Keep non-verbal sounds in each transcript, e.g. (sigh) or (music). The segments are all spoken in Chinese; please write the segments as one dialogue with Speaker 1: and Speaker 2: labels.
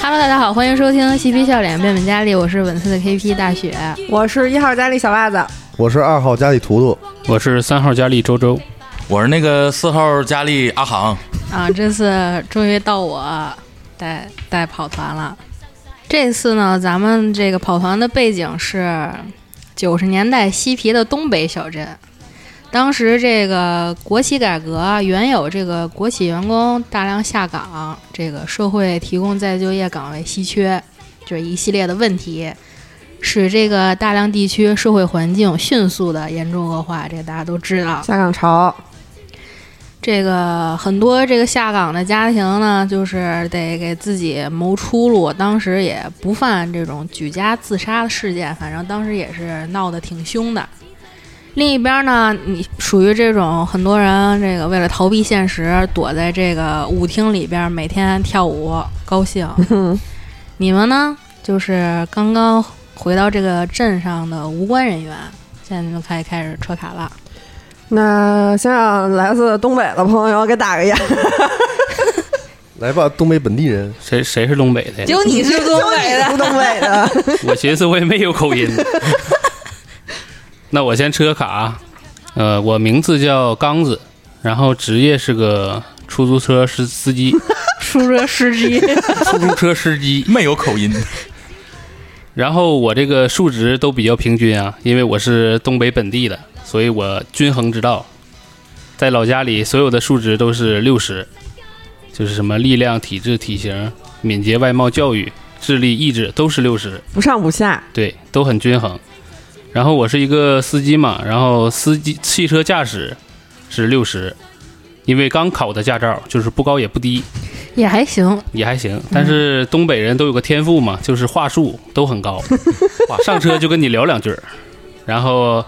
Speaker 1: Hello，大家好，欢迎收听嬉皮笑脸变本加厉，我是本次的 KP 大雪。
Speaker 2: 我是一号佳丽小袜子，
Speaker 3: 我是二号家里图图，
Speaker 4: 我是三号佳丽周周，
Speaker 5: 我是那个四号佳丽阿航，
Speaker 1: (laughs) 啊，这次终于到我带带跑团了。这次呢，咱们这个跑团的背景是九十年代西皮的东北小镇。当时这个国企改革，啊原有这个国企员工大量下岗，这个社会提供再就业岗位稀缺，就是一系列的问题，使这个大量地区社会环境迅速的严重恶化，这个大家都知道。
Speaker 2: 下岗潮，
Speaker 1: 这个很多这个下岗的家庭呢，就是得给自己谋出路。当时也不犯这种举家自杀的事件，反正当时也是闹得挺凶的。另一边呢，你属于这种很多人这个为了逃避现实，躲在这个舞厅里边每天跳舞高兴。你们呢，就是刚刚回到这个镇上的无关人员，现在你们可以开始车卡了。
Speaker 2: 那先让来自东北的朋友给打 (laughs) 个样，
Speaker 3: 来吧，东北本地人，
Speaker 4: 谁谁是东北的呀？
Speaker 1: 就你是东北的，(laughs)
Speaker 2: 就你是东北的，
Speaker 4: 我寻思我也没有口 (laughs) 音。那我先车卡啊，呃，我名字叫刚子，然后职业是个出租车司司机，
Speaker 1: 出租车司机。
Speaker 4: 出租车司机。
Speaker 5: 没有口音，
Speaker 4: 然后我这个数值都比较平均啊，因为我是东北本地的，所以我均衡之道。在老家里，所有的数值都是六十，就是什么力量、体质、体型、敏捷、外貌、教育、智力、意志都是六十，
Speaker 2: 不上不下，
Speaker 4: 对，都很均衡。然后我是一个司机嘛，然后司机汽车驾驶是六十，因为刚考的驾照，就是不高也不低，
Speaker 1: 也还行，
Speaker 4: 也还
Speaker 1: 嗯
Speaker 4: 行。但是东北人都有个天赋嘛，就是话术都
Speaker 1: (laughs)
Speaker 4: 很高，上车就跟你聊两句儿。然后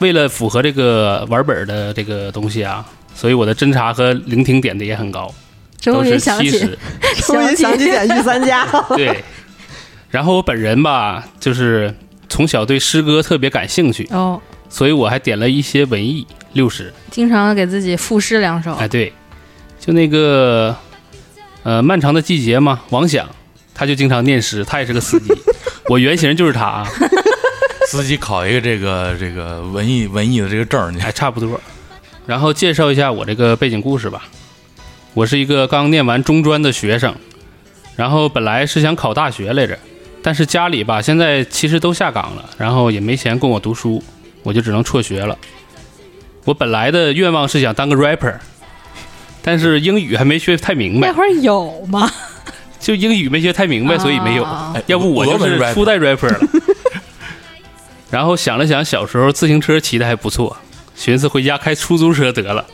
Speaker 4: 为了符合这个玩本儿的这个东西啊，所以我的侦查和聆听点的也很高，
Speaker 1: 终
Speaker 4: 都
Speaker 1: 于
Speaker 4: 是
Speaker 1: 想
Speaker 4: 七
Speaker 1: 起 (laughs)
Speaker 4: 十。
Speaker 2: 终于想起点去三家了。
Speaker 4: 对，然后我本人吧，就是从小对诗歌特别感兴趣，
Speaker 1: 哦，
Speaker 4: 所以我还点了一些文艺六十。
Speaker 1: 经常给自己赋诗两首
Speaker 4: 哎，，对，就那个呃，漫长的季节嘛，王响，他就经常念诗，他也是个司机，我原型就是他啊，
Speaker 5: (laughs) 司机考一个这个这个文艺文艺的这个证儿去。
Speaker 4: 还差不多。然后介绍一下我这个背景故事吧，我是一个刚念完中专的学生，然后本来是想考大学来着，但是家里吧现在其实都下岗了，然后也没钱供我读书，我就只能辍学了。我本来的愿望是想当个 rapper，但是英语还没学太明白
Speaker 1: 那，会儿有吗？
Speaker 4: 就英语没学太明白，所以没有。
Speaker 1: 啊
Speaker 5: 哎
Speaker 4: 要不我就
Speaker 5: 俄文
Speaker 4: 是
Speaker 5: rap
Speaker 4: 初代 rapper 了。 (laughs) 然后想了想，小时候自行车骑的还不错，寻思回家开出租车得了。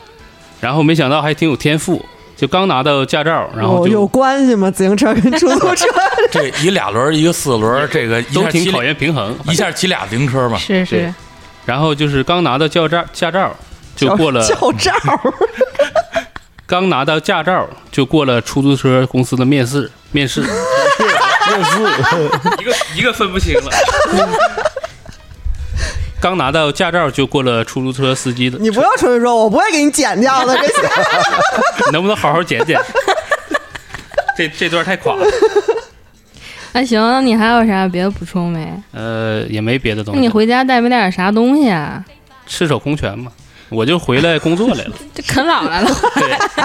Speaker 4: 然后没想到还挺有天赋，就刚拿到驾照，然后
Speaker 2: 有有
Speaker 4: 就
Speaker 2: 关系吗？自行车跟出租车
Speaker 5: 这一俩轮儿一个四轮 (laughs) 儿，这个一
Speaker 4: 都
Speaker 5: 下骑
Speaker 4: 挺考
Speaker 5: 俩
Speaker 4: 验平衡。
Speaker 5: 一下骑俩自行车嘛。
Speaker 1: 是是
Speaker 4: 对，然后就是刚拿到驾照，驾照就过了，
Speaker 2: 叫照，
Speaker 4: 刚拿到驾照就过了出租车公司的面试，面
Speaker 5: (laughs)
Speaker 4: 试
Speaker 3: 六四，
Speaker 4: (laughs) 一个一个分不清了。 (laughs) 刚拿到驾照就过了出租车司机的，
Speaker 2: 你不要出去说，我不会给你剪掉 (laughs) 的。这些
Speaker 4: (laughs) 能不能好好剪剪？这这段太垮了，
Speaker 1: 那行，那你还有啥别的补充没？
Speaker 4: 呃，也没别的东
Speaker 1: 那
Speaker 4: 西。
Speaker 1: 你回家带没带点啥东西啊？
Speaker 4: 赤手空拳嘛，我就回来工作来了，
Speaker 1: 这啃老来了，
Speaker 4: 对，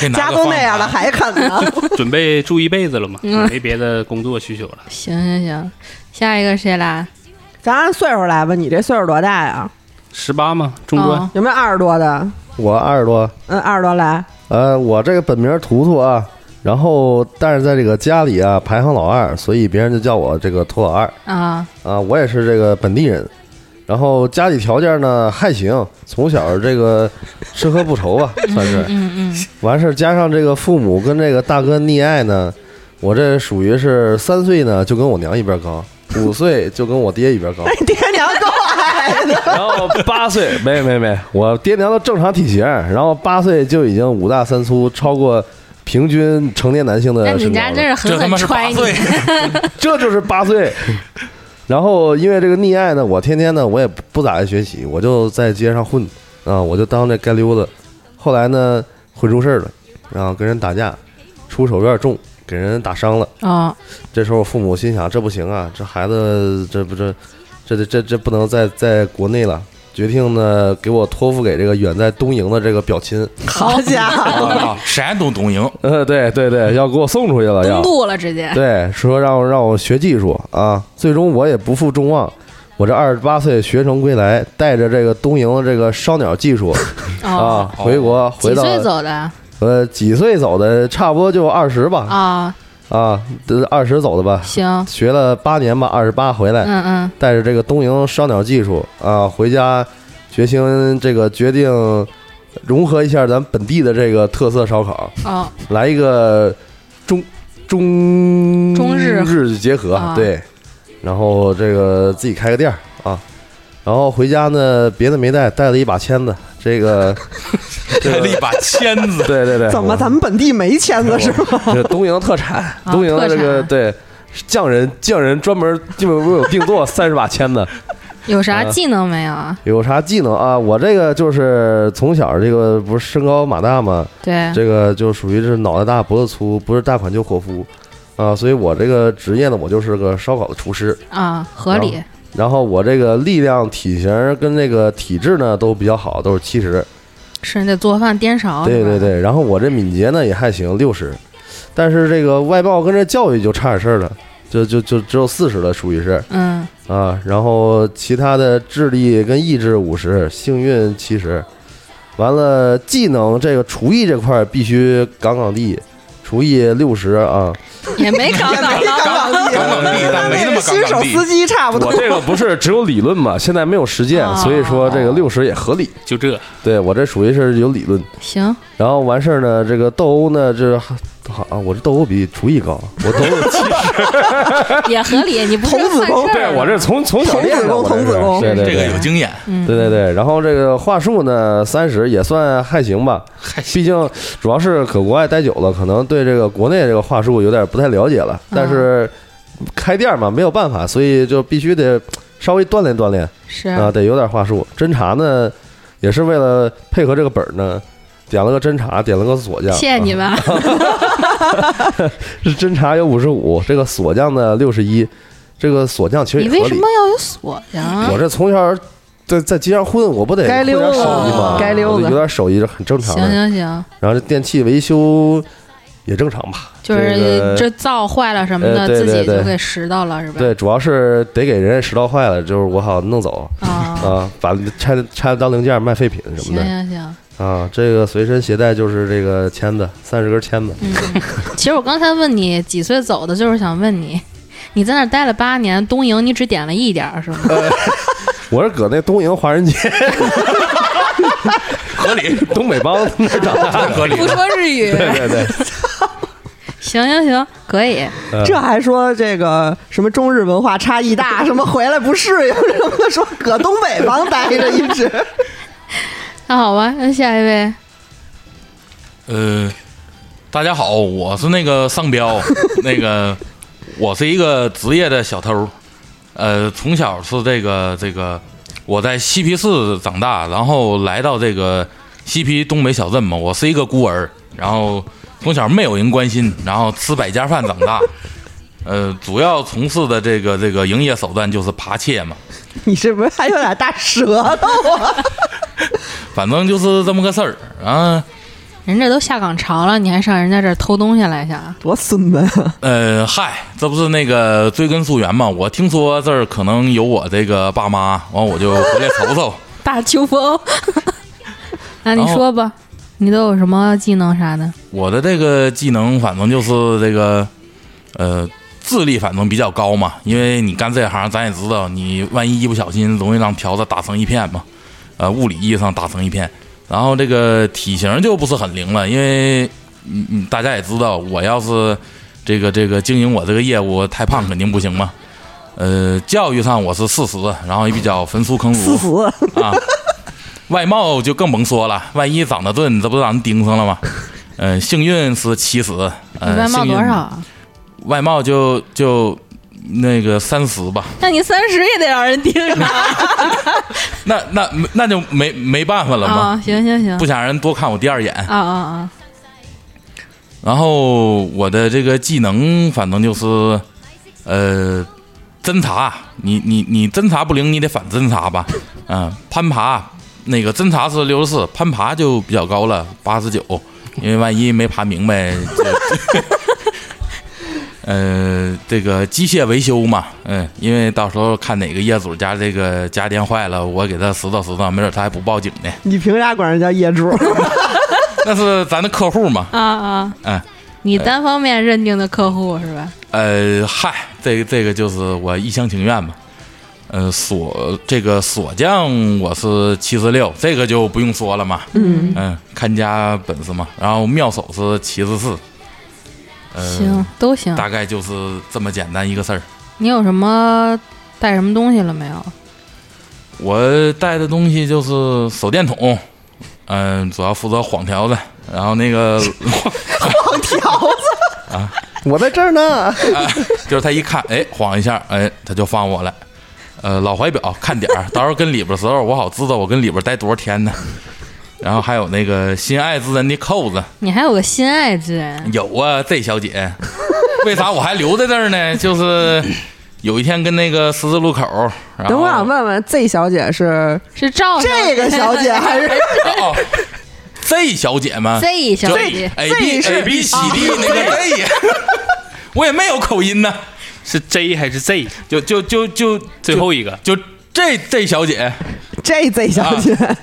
Speaker 5: 可以拿
Speaker 2: 家
Speaker 5: 个
Speaker 2: 都
Speaker 5: 方
Speaker 2: 那样了，
Speaker 5: 向盘
Speaker 2: 还啃呢？
Speaker 4: 准备住一辈子了嘛，
Speaker 1: 嗯
Speaker 4: 没别的工作需求了。
Speaker 1: (laughs) 行行行，下一个谁来？
Speaker 2: 咱按岁数来吧，你这岁数多大呀？
Speaker 4: 十八嘛，中专、
Speaker 1: 哦
Speaker 2: 有没有二十多的？
Speaker 3: 我二十多，
Speaker 2: 嗯，二十多来，
Speaker 3: 呃，我这个本名图图啊，然后但是在这个家里啊排行老二，所以别人就叫我这个图老二
Speaker 1: 啊，
Speaker 3: 啊，我也是这个本地人，然后家里条件呢还行，从小这个吃喝不愁吧，算是，
Speaker 1: (laughs) 嗯嗯，
Speaker 3: 完事儿加上这个父母跟这个大哥溺爱呢，我这属于是三岁呢就跟我娘一边高，五岁就跟我爹一边高。
Speaker 2: 哎爹娘够矮的。
Speaker 3: 然后八岁，没没没，我爹娘都正常体型，然后八岁就已经五大三粗，超过平均成年男性
Speaker 4: 呃
Speaker 3: 的
Speaker 1: 那
Speaker 3: 身
Speaker 1: 你
Speaker 3: 高
Speaker 1: 家
Speaker 3: 了。
Speaker 1: 真是狠
Speaker 5: 这他
Speaker 1: 狠
Speaker 5: 妈是
Speaker 1: 揣
Speaker 5: 八
Speaker 1: 你，
Speaker 5: 岁，
Speaker 3: 这就是八
Speaker 1: (laughs)
Speaker 3: 岁。然后因为这个溺爱呢，我天天呢我也不不咋爱学习，我就在街上混啊，我就当这街溜子。后来呢，混出事儿了，啊，跟人打架，出手有点重，给人打伤了。
Speaker 1: (laughs) 啊，
Speaker 3: 这时候父母心想，这不行啊，这孩子这不这这这这这不能再在国内了。决定呢，给我托付给这个远在东营的这个表亲。
Speaker 2: 好
Speaker 4: (laughs)
Speaker 2: 家伙，
Speaker 5: (laughs) 啊山东东营，
Speaker 3: (laughs) 呃，对对对，要给我送出去
Speaker 4: 哎
Speaker 3: 了，
Speaker 1: 东
Speaker 3: 要
Speaker 1: 渡了直接，
Speaker 3: 对，说让我让我学技术啊，最终我也不负众望，我这二十八岁学成归来，带着这个东营的这个烧鸟技术啊
Speaker 1: 哦，，
Speaker 3: 回国回
Speaker 1: 几
Speaker 3: 到
Speaker 1: 岁走的
Speaker 3: 呃几岁走的，差不多就二十吧
Speaker 1: 啊？
Speaker 3: 啊，二十走的吧，
Speaker 1: 行，
Speaker 3: 学了八年吧，二十八
Speaker 4: 哎
Speaker 3: 回来，
Speaker 1: 嗯嗯，
Speaker 3: 带着这个东营烧鸟技术啊，回家决心这个决定融合一下咱本地的这个特色烧烤，
Speaker 1: 哦，
Speaker 3: 来一个中中
Speaker 1: 中日
Speaker 3: 日结合，
Speaker 1: 啊
Speaker 3: 对，然后这个自己开个店儿啊，然后回家呢别的没带，带了一把签子，这
Speaker 5: (laughs)
Speaker 3: 个这
Speaker 5: 带了
Speaker 3: 个
Speaker 5: 一把签子，
Speaker 3: 对对对，
Speaker 2: 怎么咱们本地没签子是吗？
Speaker 3: 这东营特产，
Speaker 1: 啊
Speaker 3: 东营的这
Speaker 1: 特
Speaker 3: 个
Speaker 1: 产
Speaker 3: 对匠人匠人专门基本为我定做三十把签子，
Speaker 1: 有啥
Speaker 3: 呃
Speaker 1: 技能没有啊？
Speaker 3: 有啥技能啊？我这个就是从小这个不是身高马大嘛，
Speaker 1: 对，
Speaker 3: 这个就属于是脑袋大脖子粗，不是大款就伙夫啊，所以我这个职业呢，我就是个烧烤的厨师。
Speaker 1: 啊，合理，
Speaker 3: 然后我这个力量、体型跟那个体质呢都比较好，都是七十。
Speaker 1: 是得做饭颠勺，
Speaker 3: 对
Speaker 1: 是吧
Speaker 3: 对，对，然后我这敏捷呢也还行，六十。但是这个外貌跟这教育就差点事儿了，就就就只有四十了，属于是
Speaker 1: 嗯，
Speaker 3: 啊。然后其他的智力跟意志五十，幸运七十。完了，技能这个厨艺这块儿必须杠杠地，厨艺六十啊。
Speaker 1: (laughs) (laughs) 也没
Speaker 2: (laughs)
Speaker 1: 搞
Speaker 2: 也
Speaker 1: 到
Speaker 2: 没杠杠地，
Speaker 5: 杠杠地但没那么杠杠地
Speaker 2: 新手司机差不多
Speaker 3: 我。这个不是只有理论嘛，现在没有实践，
Speaker 1: 哦
Speaker 3: 所以说这个六十也合理。
Speaker 4: 就这，
Speaker 3: 对我这属于是有理论。
Speaker 1: 行，
Speaker 3: 然后完事儿呢，这个斗殴呢，这好啊，我这斗殴比厨艺高，我斗殴
Speaker 2: (laughs)
Speaker 1: 也合理，你不是
Speaker 2: 童子
Speaker 1: 犯
Speaker 2: 功
Speaker 1: 事儿啊
Speaker 3: 对
Speaker 1: 了
Speaker 3: 我这从从小练的，我
Speaker 2: 童子功
Speaker 3: 这是对对
Speaker 5: 这个有
Speaker 3: 对。
Speaker 5: 经验，
Speaker 1: 嗯
Speaker 3: (laughs) 对对对，然后这个话术呢，三十也算还行吧，
Speaker 4: 还行
Speaker 3: 毕竟主要是搁国外待久了，可能对这个国内这个话术有点不太了解
Speaker 4: 嗯
Speaker 3: 了。但是开店嘛，没有办法，所以就必须得稍微锻炼锻炼。
Speaker 1: 是
Speaker 4: 嗯
Speaker 3: 啊，得有点话术。侦查呢，也是为了配合这个本儿呢，点了个侦查，点了个锁匠。
Speaker 1: 谢谢你
Speaker 3: 啊、
Speaker 1: 们，
Speaker 3: 是侦查有五十五，这个锁匠呢六十一，这个锁匠其实
Speaker 1: 你
Speaker 3: 也
Speaker 1: 为
Speaker 3: 合
Speaker 1: 什
Speaker 3: 理
Speaker 1: 么。要有锁呀
Speaker 3: 我？这从小在在街上混，我不得
Speaker 2: 该溜
Speaker 3: 会点手艺吗？
Speaker 2: 该溜
Speaker 3: 我就
Speaker 2: 子
Speaker 3: 有点手艺这很正常
Speaker 1: 行
Speaker 3: 的。
Speaker 1: 行行，
Speaker 3: 然后这电器维修也正常吧，
Speaker 1: 就
Speaker 3: 这个
Speaker 1: 是这灶坏了什么的，
Speaker 3: 呃对
Speaker 1: 自
Speaker 3: 对
Speaker 1: 己就
Speaker 3: 对
Speaker 1: 给拾到了是吧？
Speaker 3: 对，主要是得给人家拾到坏了，就是我好弄走
Speaker 1: 啊，
Speaker 3: 啊，把拆拆当零件卖废品什
Speaker 1: 行
Speaker 3: 么的
Speaker 1: 行行，
Speaker 3: 啊。这个随身携带就是这个签子，三十根签子。
Speaker 1: 嗯，其实我刚才问你几岁走的，就是想问你，你在那儿待了八年，东营你只点了一点儿是吗？
Speaker 3: 我是搁那东营华人街
Speaker 5: 合 (laughs) 理，
Speaker 3: 东北帮 (laughs) 那儿长大的。
Speaker 5: 太合理
Speaker 1: 不
Speaker 5: 了。
Speaker 1: 说日语，
Speaker 3: 对对对，
Speaker 1: (laughs) 行行行，可以，
Speaker 3: 嗯
Speaker 2: 这还说这个什么中日文化差异大，什么回来不适应什么的，说搁东北方待着一直。
Speaker 1: 那好吧，那下一位，
Speaker 5: 呃，大家好，我是那个丧彪，那个我是一个职业的小偷，呃，从小是这个这个我在西皮市长大，然后来到这个西皮东北小镇嘛，我是一个孤儿，然后从小没有人关心，然后吃百家饭长大。呃，主要从事的这个这个营业手段就是扒窃嘛，
Speaker 2: 你是不是还有点大舌头啊？
Speaker 5: 反正就是这么个事儿啊。
Speaker 1: 人这都下岗潮了，你还上人家这儿偷东西来去啊？
Speaker 2: 多孙子啊！
Speaker 5: 呃，嗨，这不是那个追根溯源嘛？我听说这儿可能有我这个爸妈，完我就回来瞅瞅。
Speaker 1: 大秋风， (laughs) 那你
Speaker 5: 然后
Speaker 1: 说吧，你都有什么技能啥的？
Speaker 5: 我的这个技能，反正就是这个，呃，智力反正比较高嘛，因为你干这行，咱也知道，你万一一不小心，容易让瓢子打成一片嘛，呃，物理意义上打成一片。然后这个体型就不是很灵了，因为你你大家也知道，我要是这个这个经营我这个业务太胖肯定不行嘛。呃，教育上我是四十，然后也比较焚书坑儒。
Speaker 2: 四死，
Speaker 5: 啊，外貌就更甭说了，万一长得钝，这不让人盯上了吗？嗯、幸运是七十，
Speaker 1: 你
Speaker 5: 呃，
Speaker 1: 外貌
Speaker 5: 幸运
Speaker 1: 多少？啊？
Speaker 5: 外貌就就那个三十吧，
Speaker 1: 那你三十也得让人盯着
Speaker 5: (laughs)
Speaker 1: 啊！
Speaker 5: 那那那就
Speaker 1: 啊
Speaker 5: 没没办法了嘛，
Speaker 1: 啊行行行，
Speaker 5: 不想让人多看我第二眼。
Speaker 1: 啊啊啊！
Speaker 5: 然后我的这个技能，反正就是，呃，侦查，你你你侦查不灵，你得反侦查吧，嗯、攀爬，那个侦查是六十四，攀爬就比较高了，八十九，因为万一没爬明白，这 (laughs) 呃，这个机械维修嘛，嗯，因为到时候看哪个业主家这个家电坏了，我给他拾掇拾掇，没准他还不报警呢。
Speaker 2: 你凭啥管人叫业主？
Speaker 5: 那是咱的客户嘛，
Speaker 1: 啊啊！
Speaker 5: 嗯，
Speaker 1: 你单方面认定的客户是吧？
Speaker 5: 呃，嗨，这个这个就是我一厢情愿嘛。呃，锁这个锁匠我是七十六，这个就不用说了嘛。
Speaker 2: 嗯，
Speaker 5: 嗯，看家本事嘛。然后妙手是七十四，呃，
Speaker 1: 行，都行。
Speaker 5: 大概就是这么简单一个事儿。
Speaker 1: 你有什么带什么东西了没有？
Speaker 5: 我带的东西就是手电筒，嗯、主要负责晃条子，然后那个
Speaker 2: 黄条子，
Speaker 3: 我在这儿呢，
Speaker 5: 就是他一看，哎，晃一下，哎，他就放我了。呃，老怀表看点儿，
Speaker 4: (laughs)
Speaker 5: 到时候跟里边儿时候，我好知道我跟里边儿待多少天呢。然后还有那个心爱之人的扣子，
Speaker 1: 你还有个心爱之人，
Speaker 5: 有啊，Z 小姐，为啥我还留在这儿呢？就是有一天跟那个十字路口，然后
Speaker 2: 等会儿我想问问 Z 小姐是
Speaker 1: 是赵小
Speaker 2: 这个小姐还
Speaker 1: (laughs)
Speaker 2: 是
Speaker 5: 哦，Z 小姐吗
Speaker 1: Z 小
Speaker 5: 就哎
Speaker 1: 姐？
Speaker 5: A
Speaker 2: Z
Speaker 5: B
Speaker 2: 是哦
Speaker 5: A B 洗地那个 Z，我也没有口音呢，
Speaker 4: 是 J 还是 Z？
Speaker 5: 就就就就
Speaker 4: 最后一个
Speaker 5: 就这 Z 小姐，
Speaker 2: 这 Z 小姐？
Speaker 1: 啊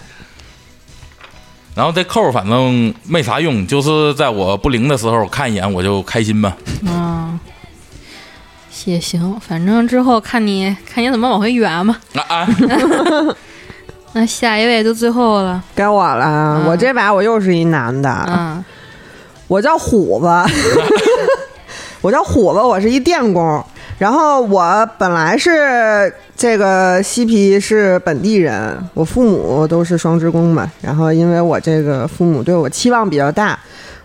Speaker 5: 然后这扣儿反正没啥用，就是在我不灵的时候看一眼我就开心吧。
Speaker 1: 嗯，也行，反正之后看你看你怎么往回圆吧。
Speaker 5: 啊 (laughs) 啊，
Speaker 1: 那下一位就最后了，
Speaker 2: 该我了啊，
Speaker 1: 嗯
Speaker 2: 我这把我又是一男的，
Speaker 1: 嗯，
Speaker 2: 我叫虎子， (laughs) 我叫虎子，我是一电工。然后我本来是这个西皮是本地人，我父母都是双职工嘛。然后因为我这个父母对我期望比较大，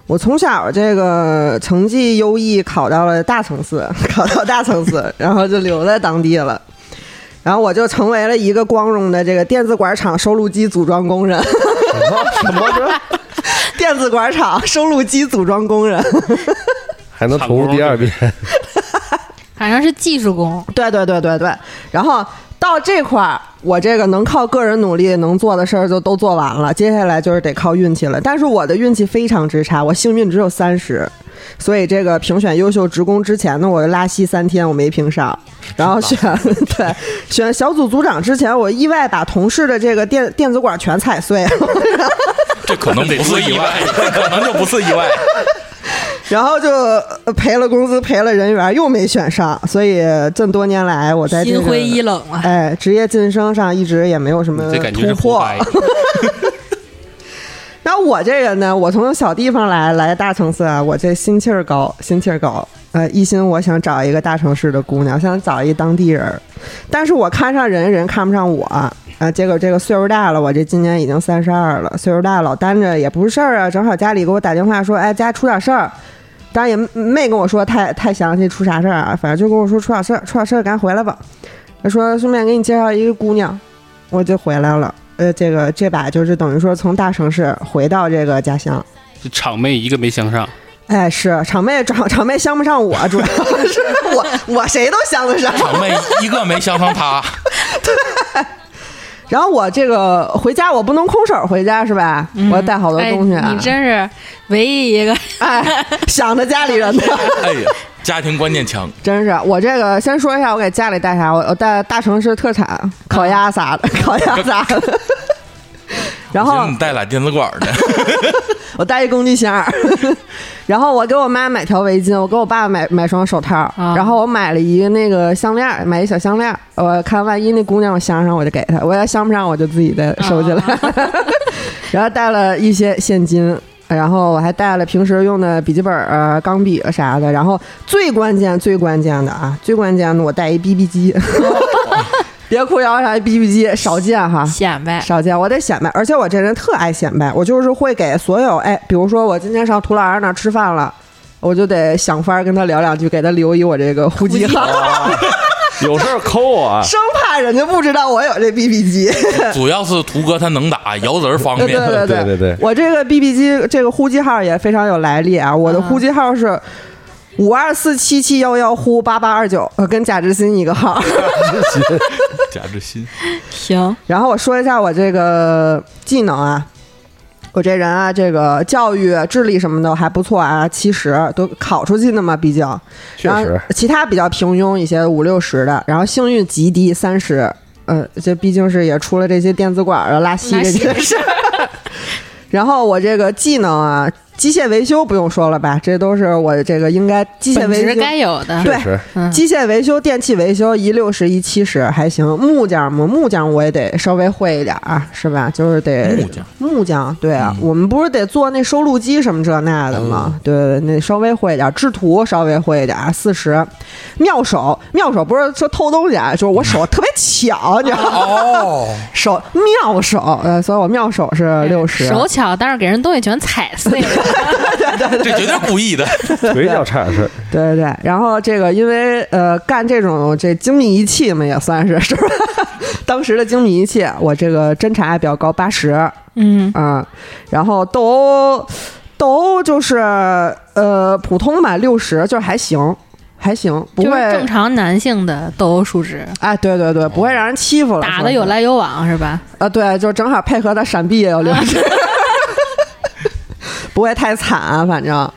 Speaker 2: 我从小这个成绩优异，考到了大城市，考到大城市， (laughs) 然后就留在当地了。然后我就成为了一个光荣的这个电子管厂收录机组装工人。
Speaker 3: 什么什么这
Speaker 2: (laughs) 电子管厂收录机组装工人。
Speaker 3: 还能重复第二遍？
Speaker 1: 反正是技术工，
Speaker 2: (laughs) 对对对对对。然后到这块儿，我这个能靠个人努力能做的事儿就都做完了，接下来就是得靠运气了。但是我的运气非常之差，我幸运只有三十，所以这个评选优秀职工之前呢，我拉稀三天，我没评上。然后选对选小组组长之前，我意外把同事的这个电电子管全踩 (laughs) 碎了。
Speaker 5: 这可能不是意外，这可能就不是意外。
Speaker 2: 然后就呃赔了工资，赔了人员，又没选上，所以这么多年来，我在这
Speaker 1: 心
Speaker 2: 个
Speaker 1: 灰意冷啊了。
Speaker 2: 哎职业晋升上一直也没有什么
Speaker 4: 这感觉
Speaker 2: 突
Speaker 4: 是活
Speaker 2: 破。
Speaker 4: 该。
Speaker 2: (laughs) 然后我这人呢，我从小地方来，来大城市啊，我这心气儿高，心气儿高。呃，一心我想找一个大城市的姑娘，想找一当地人儿，但是我看上人，人看不上我啊、结果这个岁数大了，我这今年已经三十二了，岁数大老单着也不是事儿啊。正好家里给我打电话说，哎，家出点事儿，当然也没跟我说太太详细出啥事儿啊，反正就跟我说出点事儿，出点事儿赶紧回来吧。他说顺便给你介绍一个姑娘，我就回来了。呃，这个这把就是等于说从大城市回到这个家乡。
Speaker 4: 这场妹一个没相上，
Speaker 2: 哎，是场妹场场妹相不上我，主要是我
Speaker 1: (laughs)
Speaker 2: 我谁都相得上。
Speaker 5: 场妹一个没相上他，
Speaker 2: 然后我这个回家我不能空手回家是吧？我要带好多
Speaker 1: 哎
Speaker 2: 东西啊
Speaker 1: 你，真是唯一一个
Speaker 2: 哎想着家里人
Speaker 1: (laughs)
Speaker 2: 的。
Speaker 5: 哎呀，家庭观念强，
Speaker 2: 真是，我这个先说一下，我给家里带啥？我我带大城市特产烤鸭啥的，
Speaker 1: 嗯
Speaker 2: 烤鸭啥的。
Speaker 1: (laughs)
Speaker 2: 然
Speaker 5: 我寻
Speaker 2: 后
Speaker 5: 思你带俩电子管
Speaker 2: (laughs)
Speaker 5: 的，
Speaker 2: 我带一工具箱儿， (laughs) 然后我给我妈买条围巾，我给我爸买买双手套儿，
Speaker 1: 啊
Speaker 2: 然后我买了一个那个项链儿，买一小项链儿。我看万一那姑娘我相上，我就给她；我要相不上，我就自己再 (laughs) 收起
Speaker 1: 啊
Speaker 2: 来。
Speaker 1: 嗯
Speaker 2: (laughs) 啊然后带了一些现金，然后我还带了平时用的笔记本、儿、钢笔啊啥的。然后最关键、最关键的啊，最关键的，我带一 BB 机， (laughs) 别哭摇啥 BB 机少见哈，
Speaker 1: 嗯显摆，
Speaker 2: 少见，我得显摆，而且我这人特爱显摆，我就是会给所有哎，比如说我今天上涂老二那儿吃 (laughs) 饭了，我就得想法儿跟他聊两句，给他留一我这个户籍号。
Speaker 3: 有事儿抠我啊。
Speaker 2: 生怕人家不知道我有这 BB 机。
Speaker 5: 主要是图哥他能打，摇人儿方
Speaker 2: 对
Speaker 5: 便。
Speaker 2: 对
Speaker 3: 对对对
Speaker 2: 我这个 BB 机这个呼机号也非常有来历啊，我的呼机号是。五二四七七幺幺呼八八二九，呃跟贾志新一个号。
Speaker 5: 贾志新，
Speaker 1: 行，
Speaker 2: 然后我说一下我这个技能啊，我这人啊，这个教育、啊智力什么的还不错啊，七十都考出去的嘛，毕竟。
Speaker 3: 确
Speaker 2: 然后
Speaker 3: 实，
Speaker 2: 其他比较平庸一些，五六十的，然后幸运极低，三十。呃，这毕竟是也出了这些电子管儿啊、拉稀这些
Speaker 1: 拉稀
Speaker 2: 事儿。 (laughs) 然后我这个技能啊，机械维修不用说了吧，这都是我这个应该机械
Speaker 1: 本
Speaker 2: 维
Speaker 1: 职
Speaker 2: 修。
Speaker 1: 该有的。
Speaker 2: 对
Speaker 3: 确实，
Speaker 1: 嗯，
Speaker 2: 机械维修、电器维修一六十一七十还行，木匠嘛，木匠我也得稍微会一点儿啊，是吧？就是得
Speaker 5: 木匠，嗯
Speaker 2: 木匠对啊，我们不是得做那收录机什么这那的吗？对对对，那稍微会一点儿，制图稍微会一点儿，四十，妙手妙手不是说偷东西啊，就是我手特别巧，你知道吗？
Speaker 5: 哦，
Speaker 2: 手妙手，呃，所以我妙手是六十，啊
Speaker 1: 手巧，但是给人东西全踩碎
Speaker 2: (laughs)
Speaker 1: 了。
Speaker 5: 这绝对故意的。
Speaker 3: 腿脚差点事儿。
Speaker 2: 对对对，然后这个因为呃干这种这精密仪器嘛，也算是是吧？当时的精密仪器，我这个侦查比较高，八十
Speaker 1: 嗯，
Speaker 2: 啊，然后斗殴斗殴就是呃普通吧，六十就是还行，还行，不
Speaker 1: 就是
Speaker 2: 会
Speaker 1: 正常男性的斗殴数值，
Speaker 2: 哎，对对对，不会让人欺负了，
Speaker 1: 打
Speaker 2: 算
Speaker 1: 的
Speaker 2: 是
Speaker 1: 有来有往是吧？
Speaker 2: 啊，对，就正好配合他闪避也有六十，不会太惨、啊，反正。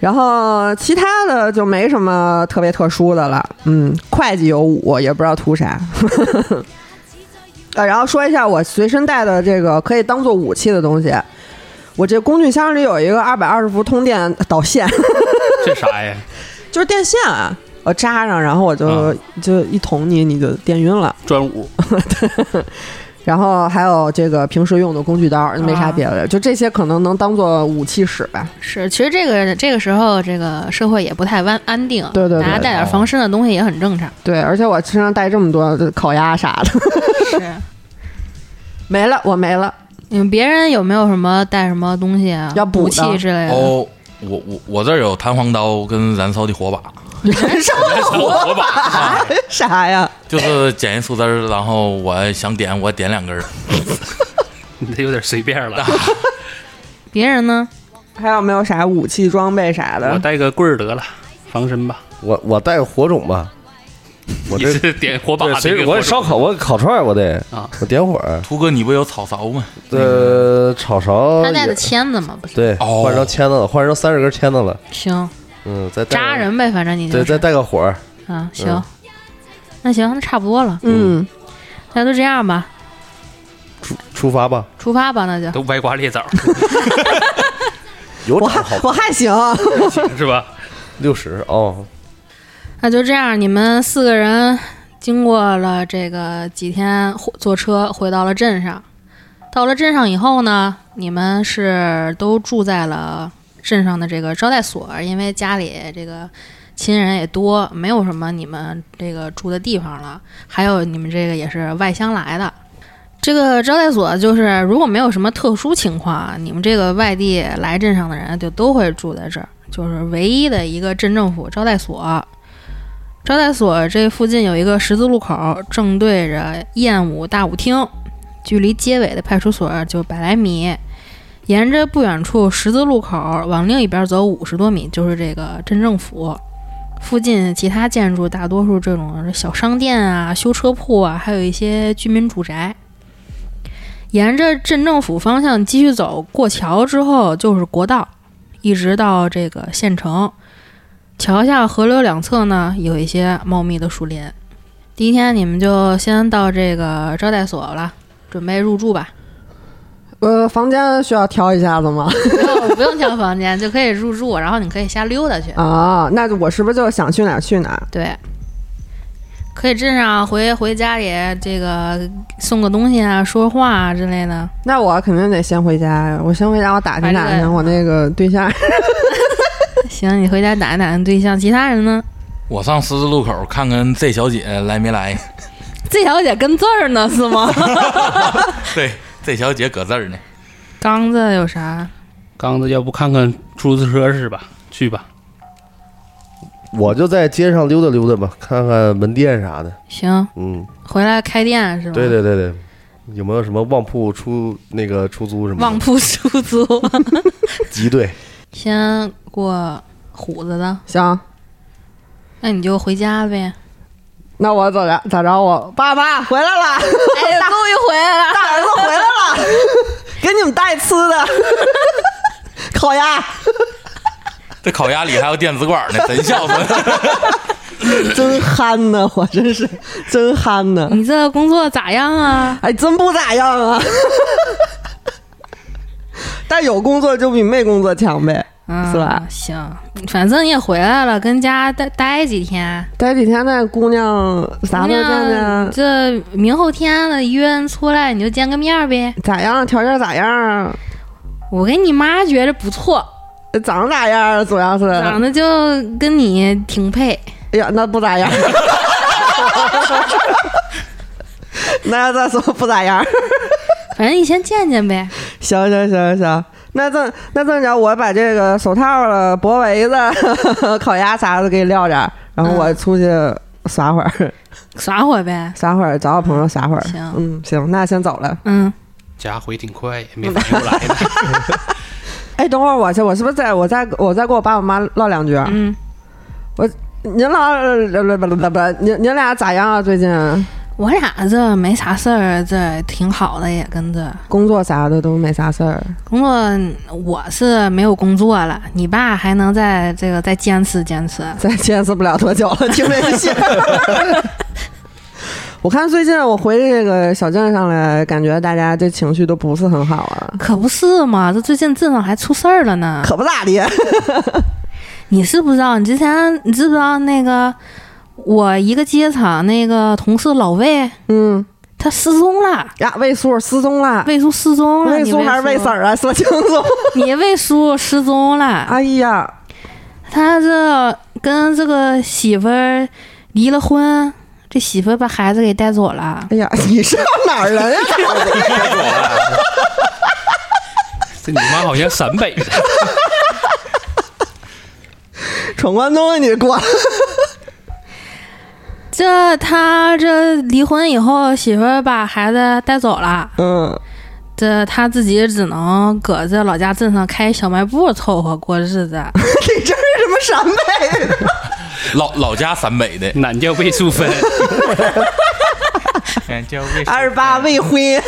Speaker 2: 然后其他的就没什么特别特殊的了，嗯，会计有五，也不知道图啥。 (laughs) 啊，然后说一下我随身带的这个可以当做武器的东西，我这工具箱里有一个二百二十伏通电导线， (laughs)
Speaker 4: 这啥呀？
Speaker 2: 就是电线啊，我扎上，然后我就、
Speaker 4: 啊
Speaker 2: 就一捅你，你就电晕了。
Speaker 4: 专武，
Speaker 2: 然后还有这个平时用的工具刀，没啥别的，就这些可能能当做武器使吧。
Speaker 1: 是，其实这个这个时候，这个社会也不太安安定，
Speaker 2: 对哦对对
Speaker 1: 大家带点防身的东西也很正常。
Speaker 2: 对，而且我身上带这么多烤鸭啥的，
Speaker 1: 是，
Speaker 2: (laughs) 没了，我没了。
Speaker 1: 你们别人有没有什么带什么东西啊？
Speaker 2: 要补的
Speaker 1: 武器之类的？
Speaker 5: 哦，我我我这儿有弹簧刀跟燃烧的火把，
Speaker 2: 燃烧
Speaker 4: 火把，
Speaker 5: 啊、
Speaker 2: 啥呀？
Speaker 5: 就是捡一树枝儿，然后我想点我点两根儿。
Speaker 4: 你这有点随便了。
Speaker 1: 别人呢？
Speaker 2: 还有没有啥武器装备啥
Speaker 4: 我
Speaker 2: 的？
Speaker 4: 带个棍儿得了，防身吧。
Speaker 3: 我我带火种
Speaker 4: (laughs)
Speaker 3: 吧，我
Speaker 4: 你
Speaker 3: 这
Speaker 4: 是点火把
Speaker 3: 对，
Speaker 4: 的
Speaker 3: 谁
Speaker 4: 那个
Speaker 3: 我
Speaker 4: 火
Speaker 3: 烧
Speaker 4: 种，
Speaker 3: 烤，我烤串儿我得
Speaker 4: 啊，
Speaker 3: 我点火儿，
Speaker 5: 图哥，你不有草勺吗？
Speaker 3: 呃，炒
Speaker 2: 哦
Speaker 3: 勺
Speaker 1: 他带的
Speaker 3: 也
Speaker 1: 签子嘛，不是？
Speaker 3: 对，
Speaker 5: 哦
Speaker 3: 换成签子了，换成三十根签子了，
Speaker 1: 行，
Speaker 3: 嗯，再带
Speaker 1: 扎人呗，反正你就
Speaker 3: 对，
Speaker 1: 是
Speaker 3: 再带个火儿，
Speaker 1: 啊，行，
Speaker 3: 嗯
Speaker 1: 那行，那差不多了，
Speaker 2: 嗯，
Speaker 1: 那就这样吧，
Speaker 3: 出出发吧，
Speaker 1: 出发吧，那就
Speaker 4: 都歪瓜裂 (laughs) 枣
Speaker 3: 有
Speaker 2: 我
Speaker 3: 找
Speaker 2: 还
Speaker 3: 好
Speaker 2: 我还行，
Speaker 4: 是吧？
Speaker 3: 六十哦，
Speaker 1: 那就这样，你们四个人经过了这个几天火坐车回到了镇上，到了镇上以后呢，你们是都住在了镇上的这个招待所，因为家里这个亲人也多，没有什么你们这个住的地方了。还有你们这个也是外乡来的，这个招待所就是如果没有什么特殊情况啊，你们这个外地来镇上的人就都会住在这儿，就是唯一的一个镇政府招待所。招待所这附近有一个十字路口，正对着燕舞大舞厅，距离街尾的派出所就百来米。沿着不远处十字路口往另一边走五十多米，就是这个镇政府。附近其他建筑大多数这种小商店啊、修车铺啊，还有一些居民住宅。沿着镇政府方向继续走，过桥之后就是国道，一直到这个县城。桥下河流两侧呢有一些茂密的树林。第一天你们就先到这个招待所了，准备入住吧。
Speaker 2: 呃，房间需要挑一下子吗？
Speaker 1: (laughs) 不用不用挑房间就可以入住，然后你可以瞎溜达去。
Speaker 2: 啊，那我是不是就想去哪儿去哪儿？
Speaker 1: 对，可以镇上回回家里这个送个东西啊，说话啊之类的。
Speaker 2: 那我肯定得先回家呀，我先回家，我打听打
Speaker 1: 哎对
Speaker 2: 听我那个对象。
Speaker 1: 行，你回家打听打听对象，其他人呢
Speaker 5: 我上十字路口看看 Z 小姐来没来。
Speaker 1: ？Z 小姐跟字儿呢是 (laughs) 吗？
Speaker 5: 对，Z 小姐 (laughs) 搁这儿呢。
Speaker 1: 刚子有啥？
Speaker 4: 刚子，要不看看出租车是吧？去吧，
Speaker 3: 我就在街上溜达溜达吧，看看门店啥的。
Speaker 1: 行，
Speaker 3: 嗯，
Speaker 1: 回来开店是吧？
Speaker 3: 对对对对，有没有什么旺铺出那个出租什么的？
Speaker 1: 旺铺出租，(laughs)
Speaker 3: 集对，
Speaker 1: 先过虎子的，
Speaker 2: 行，
Speaker 1: 那你就回家 (laughs) 呗。
Speaker 2: 那我走着咋着？我爸妈回来了，
Speaker 1: 哎，终于回来了，
Speaker 2: 大儿子回来了， (laughs) 给你们带吃的， (laughs) 烤鸭。
Speaker 5: 这烤鸭里还有电子管呢， (laughs) 真孝顺。
Speaker 2: 真憨呐，我真是真憨呐！
Speaker 1: (laughs) 你这工作咋样啊？
Speaker 2: 哎，真不咋样啊。 (laughs) 但有工作就比没工作强呗，
Speaker 1: 嗯，
Speaker 2: 是吧？
Speaker 1: 行，反正你也回来了，跟家待待几天。
Speaker 2: 待几天那姑娘啥
Speaker 1: 姑
Speaker 2: 时候
Speaker 1: 娘
Speaker 2: 见见？
Speaker 1: 这明后天了，约人出来你就见个面儿呗。
Speaker 2: 咋样？条件咋样？啊
Speaker 1: 我跟你妈觉着不错，
Speaker 2: 长咋样？啊主要是，
Speaker 1: 长得就跟你挺配。
Speaker 2: 哎呀，那不咋样。 (laughs) 那要再说不咋样，
Speaker 1: 反正你先见见呗。 (laughs)
Speaker 2: 行行行行，那这那这么着，我把这个手套了、脖围子、 (laughs) 烤鸭啥的给撂这儿，然后
Speaker 1: 嗯
Speaker 2: 我出去耍会儿。
Speaker 1: 耍会儿呗。
Speaker 2: 撒会儿找我朋友撒会儿。
Speaker 1: 行
Speaker 2: 嗯，行，那先走了。
Speaker 1: 嗯，
Speaker 4: 家回挺快，也没反应过来 (laughs) 呢。
Speaker 2: 哎，等会儿我去，我是不是再我再我再跟我爸我妈唠两句？啊
Speaker 1: 嗯，
Speaker 2: 您老不不不不，您您俩咋样啊？最近
Speaker 1: 我俩这没啥事儿，这挺好的，也跟着
Speaker 2: 工作啥的都没啥事儿。
Speaker 1: 工作。我是没有工作了，你爸还能在这个再坚持坚持。
Speaker 2: (laughs) 再见识不了多久了，听 (laughs) 这些。我看最近我回这个小镇上来，感觉大家这情绪都不是很好啊，
Speaker 1: 可不是嘛，这最近镇上还出事儿了呢。
Speaker 2: 可不咋地。
Speaker 1: 你是不知道，你之前你知不知道那个我一个机场那个同事老魏，
Speaker 2: 嗯
Speaker 1: 他失踪了，
Speaker 2: 呀，魏叔失踪了，
Speaker 1: 魏叔失踪了，
Speaker 2: 魏
Speaker 1: 你
Speaker 2: 叔还是魏婶？儿啊？说清楚。
Speaker 1: 你魏叔失踪了，
Speaker 2: 哎呀，
Speaker 1: 他这跟这个媳妇儿离了婚，这媳妇儿把孩子给带走了。
Speaker 2: 哎呀，你上哪儿人呀？啊
Speaker 4: 这你妈好像陕北的，
Speaker 2: (laughs) 闯关东啊你过来。
Speaker 1: 这他这离婚以后，媳妇儿把孩子带走了，
Speaker 2: 嗯，
Speaker 1: 这他自己只能搁这老家镇上开小卖部凑合过日子。 (laughs)
Speaker 2: 你这是什么陕北的？
Speaker 5: 老老家陕北的，
Speaker 4: 懒叫魏淑 (laughs) 芬。
Speaker 2: (laughs) 哎二十八未婚。 (laughs)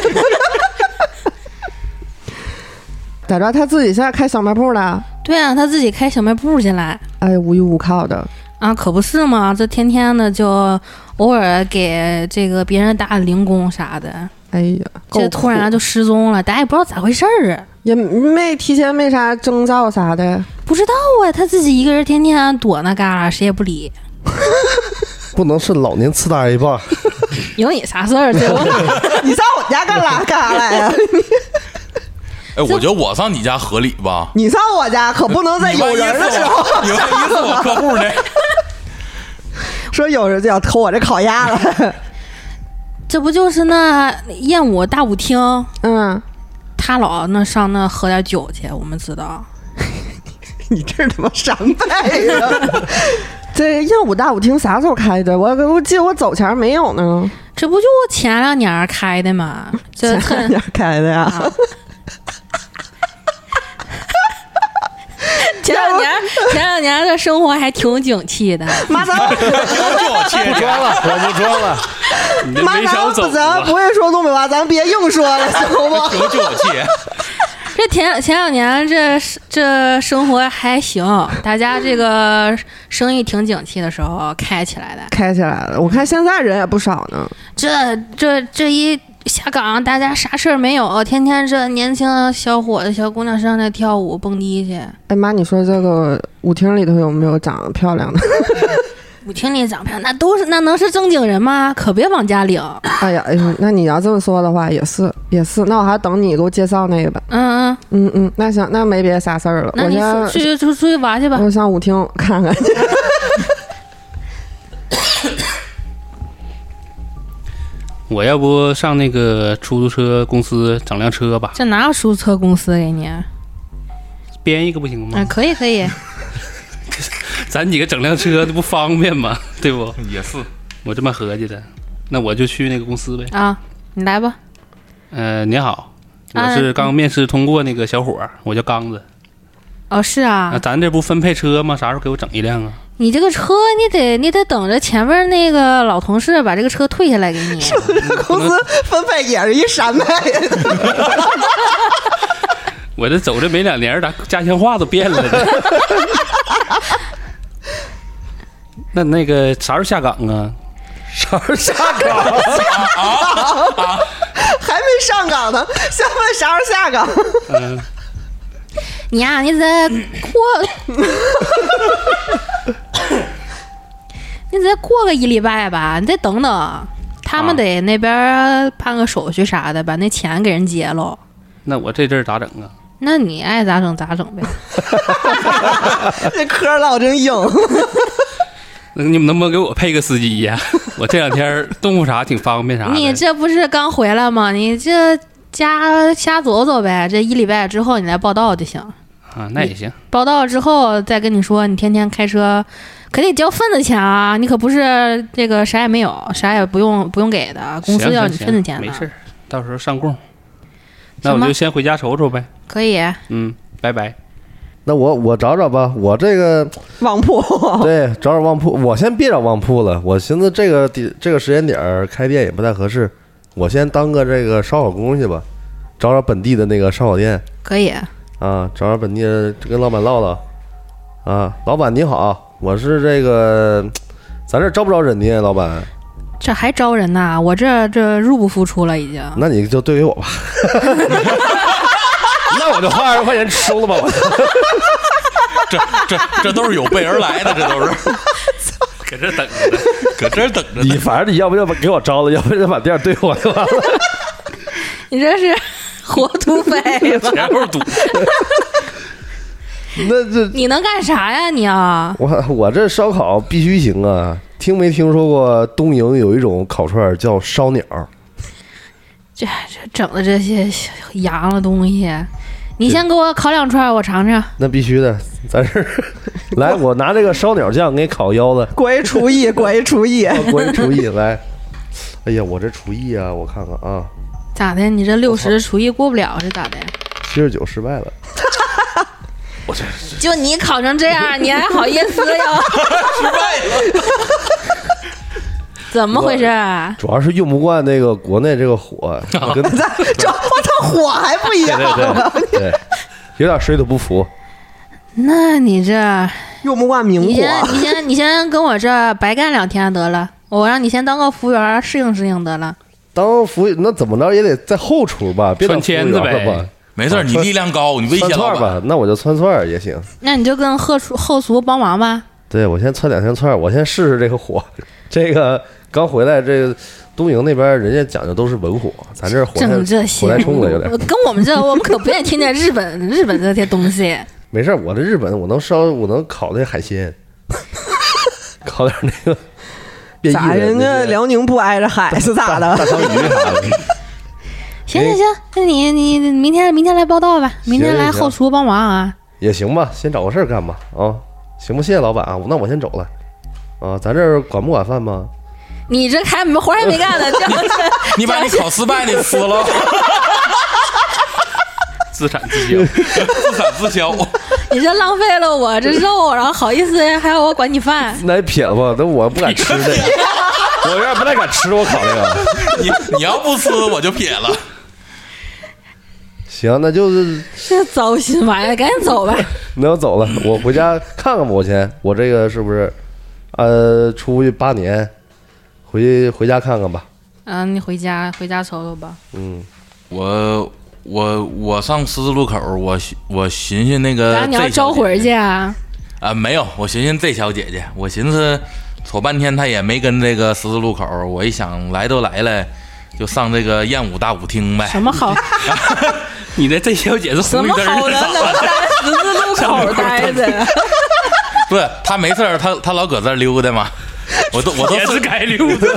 Speaker 2: 咋着？他自己现在开小卖部了？
Speaker 1: 对啊，他自己开小卖部去了。
Speaker 2: 哎，无依无靠的。
Speaker 1: 啊，可不是嘛，这天天的就偶尔给这个别人打零工啥的，
Speaker 2: 哎呀，
Speaker 1: 这突然
Speaker 2: 就
Speaker 1: 就失踪了，大家也不知道咋回事儿啊，
Speaker 2: 也没提前没啥征兆啥的，
Speaker 1: 不知道啊，他自己一个人天天躲那旮旯，谁也不理，
Speaker 3: 不能是老年痴呆吧？
Speaker 1: (laughs) 有你啥事儿？这我
Speaker 2: (laughs) 你上我家干啥干啥来 (laughs) 呀？
Speaker 5: 哎，我觉得我上你家合理吧？
Speaker 2: 你上我家可不能在
Speaker 5: 你
Speaker 2: 有
Speaker 5: 万一
Speaker 2: 人的
Speaker 5: 是
Speaker 2: 时候 (laughs)
Speaker 5: 我，你万一是我客 (laughs) 户呢？
Speaker 2: 说有人就要偷我这烤鸭了。
Speaker 1: (laughs) 这不就是那燕舞大舞厅，
Speaker 2: (laughs) 嗯，
Speaker 1: 他老那上那喝点酒去，我们知道。
Speaker 2: 你这是他妈陕北的。 (laughs) 这燕舞大舞厅啥时候开的？我我记得我走前儿没有呢。 (laughs)
Speaker 1: 这不就前两年开的 (laughs) 嘛？这
Speaker 2: 前
Speaker 1: 趁
Speaker 2: 两天开的呀。
Speaker 1: 啊，前两年前两年这生活还挺景气 (laughs) 的。
Speaker 2: (laughs) 妈咱
Speaker 5: 哎我切
Speaker 3: 不装了，我不装了。
Speaker 4: 你这
Speaker 2: 妈
Speaker 4: 没少走
Speaker 2: 咱咱不
Speaker 4: 啊！
Speaker 2: 会说东北话，咱别硬说了，行不？ (laughs)
Speaker 5: 求求我切，
Speaker 1: 这前前两年这是这生活还行，大家这个生意挺景气的时候开起来的。
Speaker 2: 开起来了，我看现在人也不少呢。
Speaker 1: 这这这一下岗，大家啥事儿没有，天天这年轻小伙子、小姑娘上那跳舞蹦迪去。
Speaker 2: 哎妈，你说这个舞厅里头有没有长得漂亮的？
Speaker 1: 舞厅里长漂亮，那都是那能是正经人吗？可别往家领。嗯
Speaker 2: 哎呀，哎呦，那你要这么说的话，也是也是。那我还等你给我介绍那个吧。
Speaker 1: 嗯嗯，
Speaker 2: 嗯嗯，那行，那没别的啥事儿了。
Speaker 1: 那
Speaker 2: 我嗯
Speaker 1: 你出
Speaker 2: 先
Speaker 1: 去出出去玩去吧。
Speaker 2: 我上舞厅看看去。
Speaker 4: (laughs) 我要不上那个出租车公司整辆车吧，
Speaker 1: 这哪有出租车公司给你？啊
Speaker 4: 编一个不行
Speaker 1: 嗯，
Speaker 4: 吗？
Speaker 1: 可以可以，
Speaker 4: 咱几个整辆车，那不方便吗？ (laughs) 对不？
Speaker 5: (laughs) 也是，
Speaker 4: 我这么合计的，那我就去那个公司呗。
Speaker 1: 啊，你来吧。
Speaker 4: 呃，你好，我
Speaker 1: 啊
Speaker 4: 是刚面试通过那个小伙儿，我叫刚子。
Speaker 1: 哦，是
Speaker 4: 那
Speaker 1: 啊，
Speaker 4: 咱这不分配车吗？啥时候给我整一辆啊？
Speaker 1: 你这个车你得你得等着前面那个老同事把这个车退下来给你。
Speaker 2: 公司分配也是一山脉， (laughs)
Speaker 4: 我这走这没两年，咱家乡话都变了呢。 (laughs) 那那个啥时候下岗啊？
Speaker 3: 啥时候下岗？
Speaker 2: 还没上岗呢，先问啥时候下岗？
Speaker 4: 嗯、
Speaker 1: 你呀、你在过， (coughs) 你再过个一礼拜吧，你再等等，他们
Speaker 4: 啊
Speaker 1: 得那边办个手续啥的，把那钱给人结喽。
Speaker 4: 那我这阵儿咋整啊？
Speaker 1: 那你爱咋整咋整呗。
Speaker 2: 这嗑唠真硬，
Speaker 4: 那你们能不能给我配个司机 (laughs) 呀、我这两天儿动物啥挺方便啥的。
Speaker 1: 你这不是刚回来吗？你这家瞎走走呗，这一礼拜之后你来报道就行。
Speaker 4: 啊，那也行。
Speaker 1: 报道之后再跟你说，你天天开车可得交份子钱啊！你可不是这个啥也没有，啥也不用不用给的，公司
Speaker 4: 行
Speaker 1: 要
Speaker 4: 行
Speaker 1: 你
Speaker 4: 行
Speaker 1: 份子钱
Speaker 4: 没事
Speaker 1: 的。
Speaker 4: 儿，到时候上供。那我
Speaker 1: 行吧
Speaker 4: 就先回家瞅瞅呗。
Speaker 1: 可以，
Speaker 4: 嗯，拜拜。
Speaker 3: 那我我找找吧，我这个
Speaker 2: 旺铺。
Speaker 3: 对，找找旺铺，我先别找旺铺了。我寻思这个地这个时间点儿开店也不太合适，我先当个这个烧烤工去吧，找找本地的那个烧烤店
Speaker 1: 可以。
Speaker 3: 啊，找找本地的跟老板唠唠啊。老板你好，我是这个，咱这儿招不招人呢？老板，
Speaker 1: 这还招人呐？我这这入不敷出了，已经。
Speaker 4: 嗯
Speaker 3: 那你就对给我吧。 (laughs) 那我就花二十块钱收了吧，我
Speaker 5: 这这这都是有备而来的，这都是
Speaker 4: 搁这等着呢。
Speaker 5: (laughs) 搁这儿等着呢
Speaker 3: 你。反正你要不就把给我招了，要不就把店儿兑我就完了。
Speaker 1: 你这是 (laughs) 活土匪吧？
Speaker 4: 前后堵，
Speaker 3: 那这
Speaker 1: 你能干啥呀你啊？
Speaker 3: (laughs) 我我这烧烤必须行啊！听没听说过东营有一种烤串儿叫烧鸟？
Speaker 1: 这这整的这些 (laughs) 洋的东西，你先给我烤两串，我尝尝。
Speaker 3: 那必须的，咱是 (laughs) 来，我拿这个烧鸟酱给你烤腰子，
Speaker 2: 国一厨艺，国一厨艺，
Speaker 3: 关于厨艺 (laughs) 来。哎呀，我这厨艺啊，我看看啊，
Speaker 1: 咋的？你这六十厨艺过不了是咋的？
Speaker 3: 七十九失败了。
Speaker 1: 就你烤成这样，你还好意思呀？(laughs)
Speaker 3: (laughs)
Speaker 1: 怎么回事啊？
Speaker 3: 主要是用不惯那个国内这个火，
Speaker 4: (laughs)
Speaker 3: 跟对
Speaker 2: 这我操火还不一样，
Speaker 1: (laughs)
Speaker 3: 对对对，有点水土不服。
Speaker 1: 那你这，
Speaker 2: 用不惯明
Speaker 1: 你
Speaker 2: 火。
Speaker 3: 啊
Speaker 1: 先，你先，你先跟我这白干两天得了，我让你先当个服务员适应适应得了。
Speaker 3: 当服务那怎么着也得在后厨吧，别当服务
Speaker 4: 穿签
Speaker 3: 员
Speaker 4: 子
Speaker 3: 了
Speaker 4: 呗
Speaker 3: 吧？
Speaker 5: 没事儿，你力量高，你威胁
Speaker 3: 串
Speaker 5: 老
Speaker 3: 儿
Speaker 5: 板。
Speaker 3: 吧，那我就窜串儿也行。
Speaker 1: 那你就跟后厨后厨帮忙吧。
Speaker 3: 对，我先窜两天串儿，我先试试这个火。这个刚回来，这个东营那边人家讲究都是文火，咱这火太
Speaker 1: 整这些，
Speaker 3: 火太冲了
Speaker 1: (laughs)
Speaker 3: 有点。
Speaker 1: 跟我们这，我们可不愿意听见日本 (laughs) 日本这些东西。
Speaker 3: 没事儿，我这日本我能烧，我能烤那海鲜，烤点那个变异
Speaker 2: 咋
Speaker 3: 的
Speaker 2: 人啊家
Speaker 3: 那些
Speaker 2: 辽宁不挨着海是咋
Speaker 3: 大
Speaker 2: 的？
Speaker 3: 章鱼啥的。
Speaker 1: 行行行，那你你你明天明天来报道吧，明天
Speaker 3: 行
Speaker 1: 来
Speaker 3: 行
Speaker 1: 后厨帮忙啊。
Speaker 3: 也行吧，先找个事儿干吧啊，行不？谢谢老板啊，那我先走了啊，咱这儿管不管饭吗？
Speaker 1: 你这还没活儿还没干
Speaker 5: (laughs)
Speaker 1: 呢，这样子
Speaker 5: 你把你烤失败的撕
Speaker 4: (laughs)
Speaker 5: 了，(laughs)
Speaker 4: 自产自销。
Speaker 5: 自产自销。 (laughs)
Speaker 1: 你这浪费了我这肉，然后好意思还要我管你
Speaker 5: (laughs)
Speaker 1: 饭？
Speaker 3: 那你撇了吧，那我不敢吃那 (laughs) 个，我有点不太敢吃我烤那个。
Speaker 5: 你你要不撕，我就撇了。
Speaker 3: 行，那就是
Speaker 1: 这糟心玩
Speaker 5: 哎
Speaker 1: 意儿，赶紧走吧。
Speaker 3: 那我走了，我回家看看吧。我先，我这个是不是，呃，出去八年，回去回家看看吧。
Speaker 1: 嗯，你回家回家瞅瞅吧。
Speaker 3: 嗯，
Speaker 5: 我我我上十字路口，我寻我寻寻那个
Speaker 1: 然后你要
Speaker 5: Z
Speaker 1: 招
Speaker 5: 小姐
Speaker 1: 魂去啊？
Speaker 5: 啊？没有，我寻寻 Z 小姐姐，我寻思瞅半天她也没跟这个十字路口，我一想来都来了，就上这个艳舞大舞厅呗。
Speaker 1: 什么好
Speaker 4: 你的这小姐是
Speaker 1: 什
Speaker 4: 红绿
Speaker 1: 么
Speaker 4: 灯
Speaker 1: 好
Speaker 4: 儿
Speaker 1: 人能
Speaker 4: 的，
Speaker 1: 在十字路口待着？
Speaker 5: 不是她没事儿，她她老搁这儿溜达嘛。我都我都
Speaker 4: 也是
Speaker 5: 是
Speaker 4: 该溜的。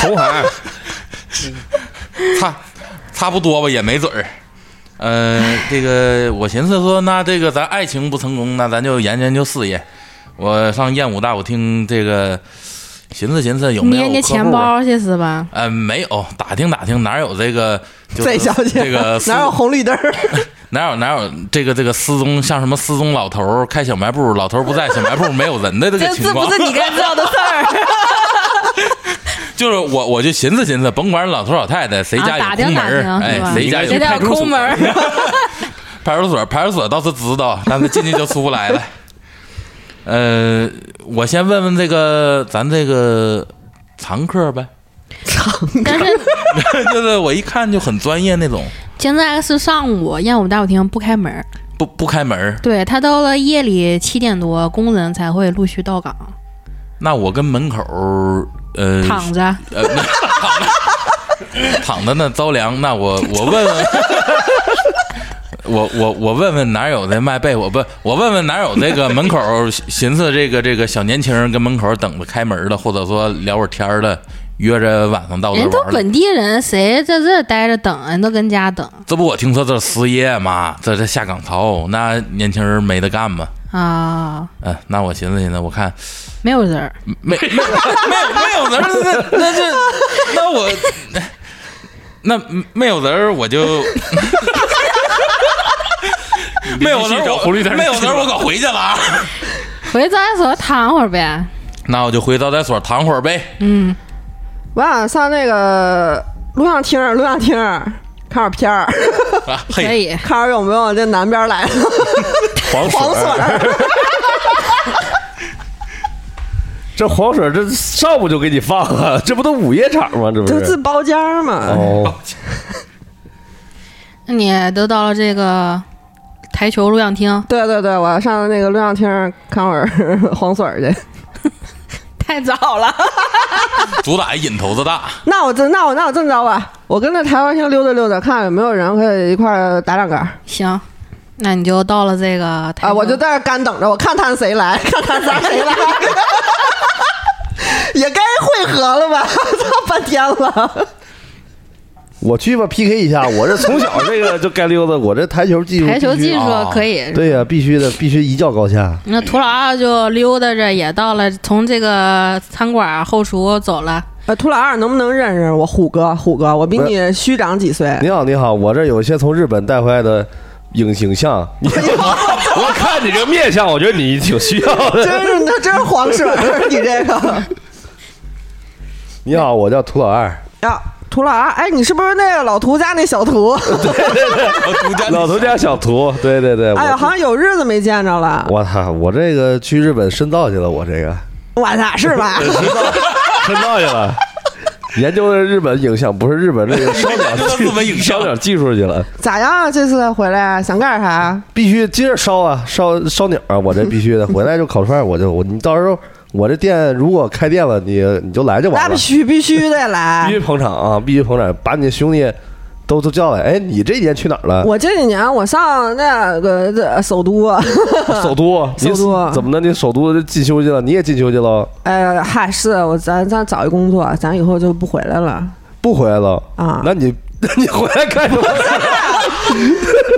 Speaker 3: 同行，
Speaker 5: 差差不多吧，也没准儿。呃，这个我寻思说，那这个咱爱情不成功，那咱就研究研究事业。我上燕武大舞厅这个寻思寻思有没有
Speaker 1: 捏捏
Speaker 5: 客户
Speaker 1: 钱
Speaker 5: 啊
Speaker 1: 包去是吧？
Speaker 5: 呃，没有，打听打听哪有这个，就
Speaker 2: 这
Speaker 5: 是
Speaker 2: 小姐
Speaker 5: 这个私
Speaker 2: (laughs) 哪有红绿灯儿？
Speaker 5: 哪有哪有这个这个失踪，像什么失踪老头儿开小卖部，老头儿不在，小卖部没有人的这个
Speaker 1: 这
Speaker 5: 情
Speaker 1: 这不
Speaker 5: 况
Speaker 1: 是，你该知道的事儿。
Speaker 5: 就是我我就寻思寻思，甭管老头儿老太太， (laughs) 谁家
Speaker 1: 啊打
Speaker 5: 有
Speaker 1: 听
Speaker 5: 空门
Speaker 1: 打听
Speaker 5: 儿，
Speaker 1: 是吧
Speaker 5: 哎，谁家
Speaker 1: 谁家有
Speaker 5: 派出所
Speaker 1: 空门儿
Speaker 5: 派出所，派出所倒是知道，但是进去就出不来了。呃，我先问问这个咱这个常客呗，
Speaker 1: 但是
Speaker 5: (laughs) 就是我一看就很专业那种，
Speaker 1: (laughs) 现在是上午，燕舞大舞厅不开门儿，
Speaker 5: 不不开门儿，
Speaker 1: 对他到了夜里七点多，工人才会陆续到岗，
Speaker 5: 那我跟门口儿呃
Speaker 1: 躺着。
Speaker 5: 呃，那躺着躺着那着凉，那我我问问，我我我问问哪有这卖被窝不？我问问哪有这个门口儿寻思这个这个小年轻人跟门口儿等着开门的，或者说聊会儿天儿的，约着晚上到这
Speaker 1: 人都
Speaker 5: 玩儿的。
Speaker 1: 本地人，谁在这待着等啊？人都跟家等
Speaker 5: 这不我听说这失业嘛，这这下岗潮，那年轻人没得干嘛？
Speaker 1: 啊，
Speaker 5: 嗯、那我寻思寻思，我看
Speaker 1: 没有人儿。
Speaker 5: 没没没有没有人儿，那那这那我那没有人儿我 (laughs) 就没有人
Speaker 4: 你
Speaker 5: 儿
Speaker 4: 去找
Speaker 5: 我
Speaker 4: 狐狸在那儿
Speaker 5: 没有人儿我可回去了啊。
Speaker 1: 回招待所躺会儿呗。
Speaker 5: (laughs) 那我就回招待所躺会儿呗。
Speaker 1: 嗯，
Speaker 2: 我想上那个录像厅儿，录像厅儿看会儿片儿，
Speaker 5: 啊，
Speaker 1: 可
Speaker 5: 嘿，
Speaker 1: 以。
Speaker 2: 看会儿有没有这南边
Speaker 3: (laughs)
Speaker 2: 来的
Speaker 3: 黄水
Speaker 2: 黄水
Speaker 3: 儿，
Speaker 2: 儿。
Speaker 3: 这黄水儿这上午就给你放啊，这不都午夜场吗？这不
Speaker 2: 这自
Speaker 3: 是？
Speaker 2: 包间儿嘛，
Speaker 3: 哦，
Speaker 1: 那你都到了这个台球录像厅，
Speaker 2: 对对对，我上那个录像厅儿看会儿 (laughs) 黄水儿去。
Speaker 1: 太早了。
Speaker 5: 主打瘾头子大，
Speaker 2: 那我这那我那我这么着吧，我跟着台湾厅溜达溜达，看有没有人可以一块儿打两杆儿
Speaker 1: 行，那你就到了这个台
Speaker 2: 啊！
Speaker 1: 球
Speaker 2: 我就在这儿干等着，我看他们谁来， (laughs) 看他们仨谁来，也该汇合了吧？ (laughs) 操，半天了，
Speaker 3: 我去吧 PK 一下，我这从小这个就该溜达，我这台球技术必须，
Speaker 1: 台球技术
Speaker 5: 哦
Speaker 1: 可以。
Speaker 3: 对呀、必须的，必须一较高下。
Speaker 1: 那土老二就溜达着也到了，从这个餐馆后厨走了。
Speaker 2: 呃，秃老二能不能认识我虎哥？虎哥，我比你虚长几岁。
Speaker 3: 你好，你好，我这有一些从日本带回来的影形像， (laughs) 我看你这个面相，我觉得你挺需要的。
Speaker 2: 真是，那真是黄水儿， (laughs) 你这个
Speaker 3: 你好，我叫涂老二，
Speaker 2: 呀，啊涂老二，哎，你是不是那个老涂家那小
Speaker 3: (laughs)
Speaker 2: 涂？
Speaker 5: 我独 (laughs) 家
Speaker 3: 老涂家小涂，对对对，我
Speaker 2: 哎呀，好像有日子没见着了，
Speaker 3: 我操，我这个去日本深造去了，我这个
Speaker 2: 我操，是
Speaker 3: (laughs)
Speaker 2: 吧？
Speaker 3: 深造去了，研究的是日本影像，不是日本这个烧鸟
Speaker 5: 研究的
Speaker 3: 技
Speaker 5: 日本影像
Speaker 3: (laughs) 烧鸟技术去了，
Speaker 2: 咋样啊？这次回来想干啥？啊
Speaker 3: 必须接着烧啊，烧烧鸟啊，我这必须的，回来就烤串，我就我你到时候我这店如果开店了，你你就来就
Speaker 2: 那
Speaker 3: 完了
Speaker 2: 必，须必须得
Speaker 3: 必
Speaker 2: 来
Speaker 3: 须！捧场啊，必须捧场，把你的兄弟都都叫来，哎，你这几年去哪儿了？
Speaker 2: 我这几年我上那个这首都，
Speaker 3: (laughs)
Speaker 2: 啊
Speaker 3: 首都，你
Speaker 2: 首都啊
Speaker 3: 怎么的？你首都进修去了，你也进修去了，
Speaker 2: 哎嗨，是我咱咱找一工作，咱以后就不回来了。 (laughs)
Speaker 3: 不回来了
Speaker 2: 啊
Speaker 3: 那你 (laughs) 那你回来干什么？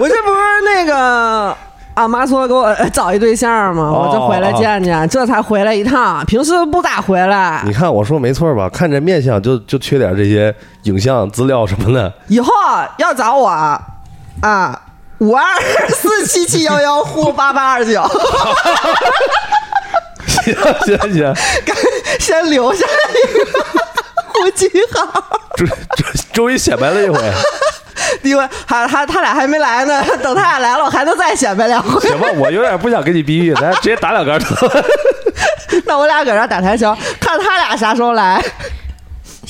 Speaker 2: 我这不是那个俺妈说给我呃找一对象吗？
Speaker 3: 哦
Speaker 2: 我就回来见见，这才回来一趟，平时不咋回来
Speaker 3: 你。看我说没错吧？看这面相就就缺点这些影像资料什么的。 (laughs)
Speaker 2: 以后要找我啊，五二四七七幺幺呼八八二九， (laughs)
Speaker 3: 行行行，
Speaker 2: 先留下一个呼机号。
Speaker 3: 终终终于显摆了一回，
Speaker 2: 因为 (laughs) 还还他俩还没来呢， (laughs) 等他俩来了，我还能再显摆两回。 (laughs)
Speaker 3: 行吧，我有点不想跟你逼逼，咱直接打两杆儿。
Speaker 2: 那我俩搁这打台球，看他俩啥时候来。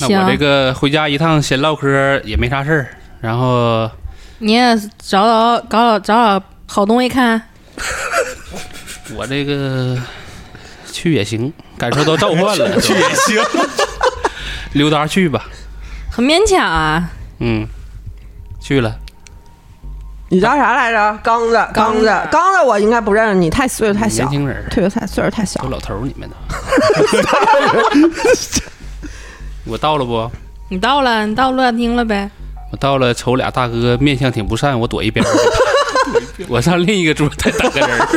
Speaker 4: 那
Speaker 1: 行
Speaker 4: 我这个回家一趟闲唠嗑儿也没啥事儿，然后
Speaker 1: 你也找找搞找找好东西看，
Speaker 4: 我这个去也行，感受到召唤 (laughs) 了，去也行，溜达去吧，
Speaker 1: 很勉强啊。
Speaker 4: 嗯，去了，
Speaker 2: (laughs) 你叫啥来着？刚子，刚子，刚子，我应该不认识你，太岁数太小
Speaker 4: 年，轻人儿
Speaker 2: 岁数太岁数太小
Speaker 4: 都。老 (laughs) 头儿你们呢？我到了不？
Speaker 1: 你到了，你到录像厅了呗？
Speaker 4: 我到了，瞅俩大哥面相挺不善，我躲一 (laughs) 边儿去我上另一个桌再等个人儿。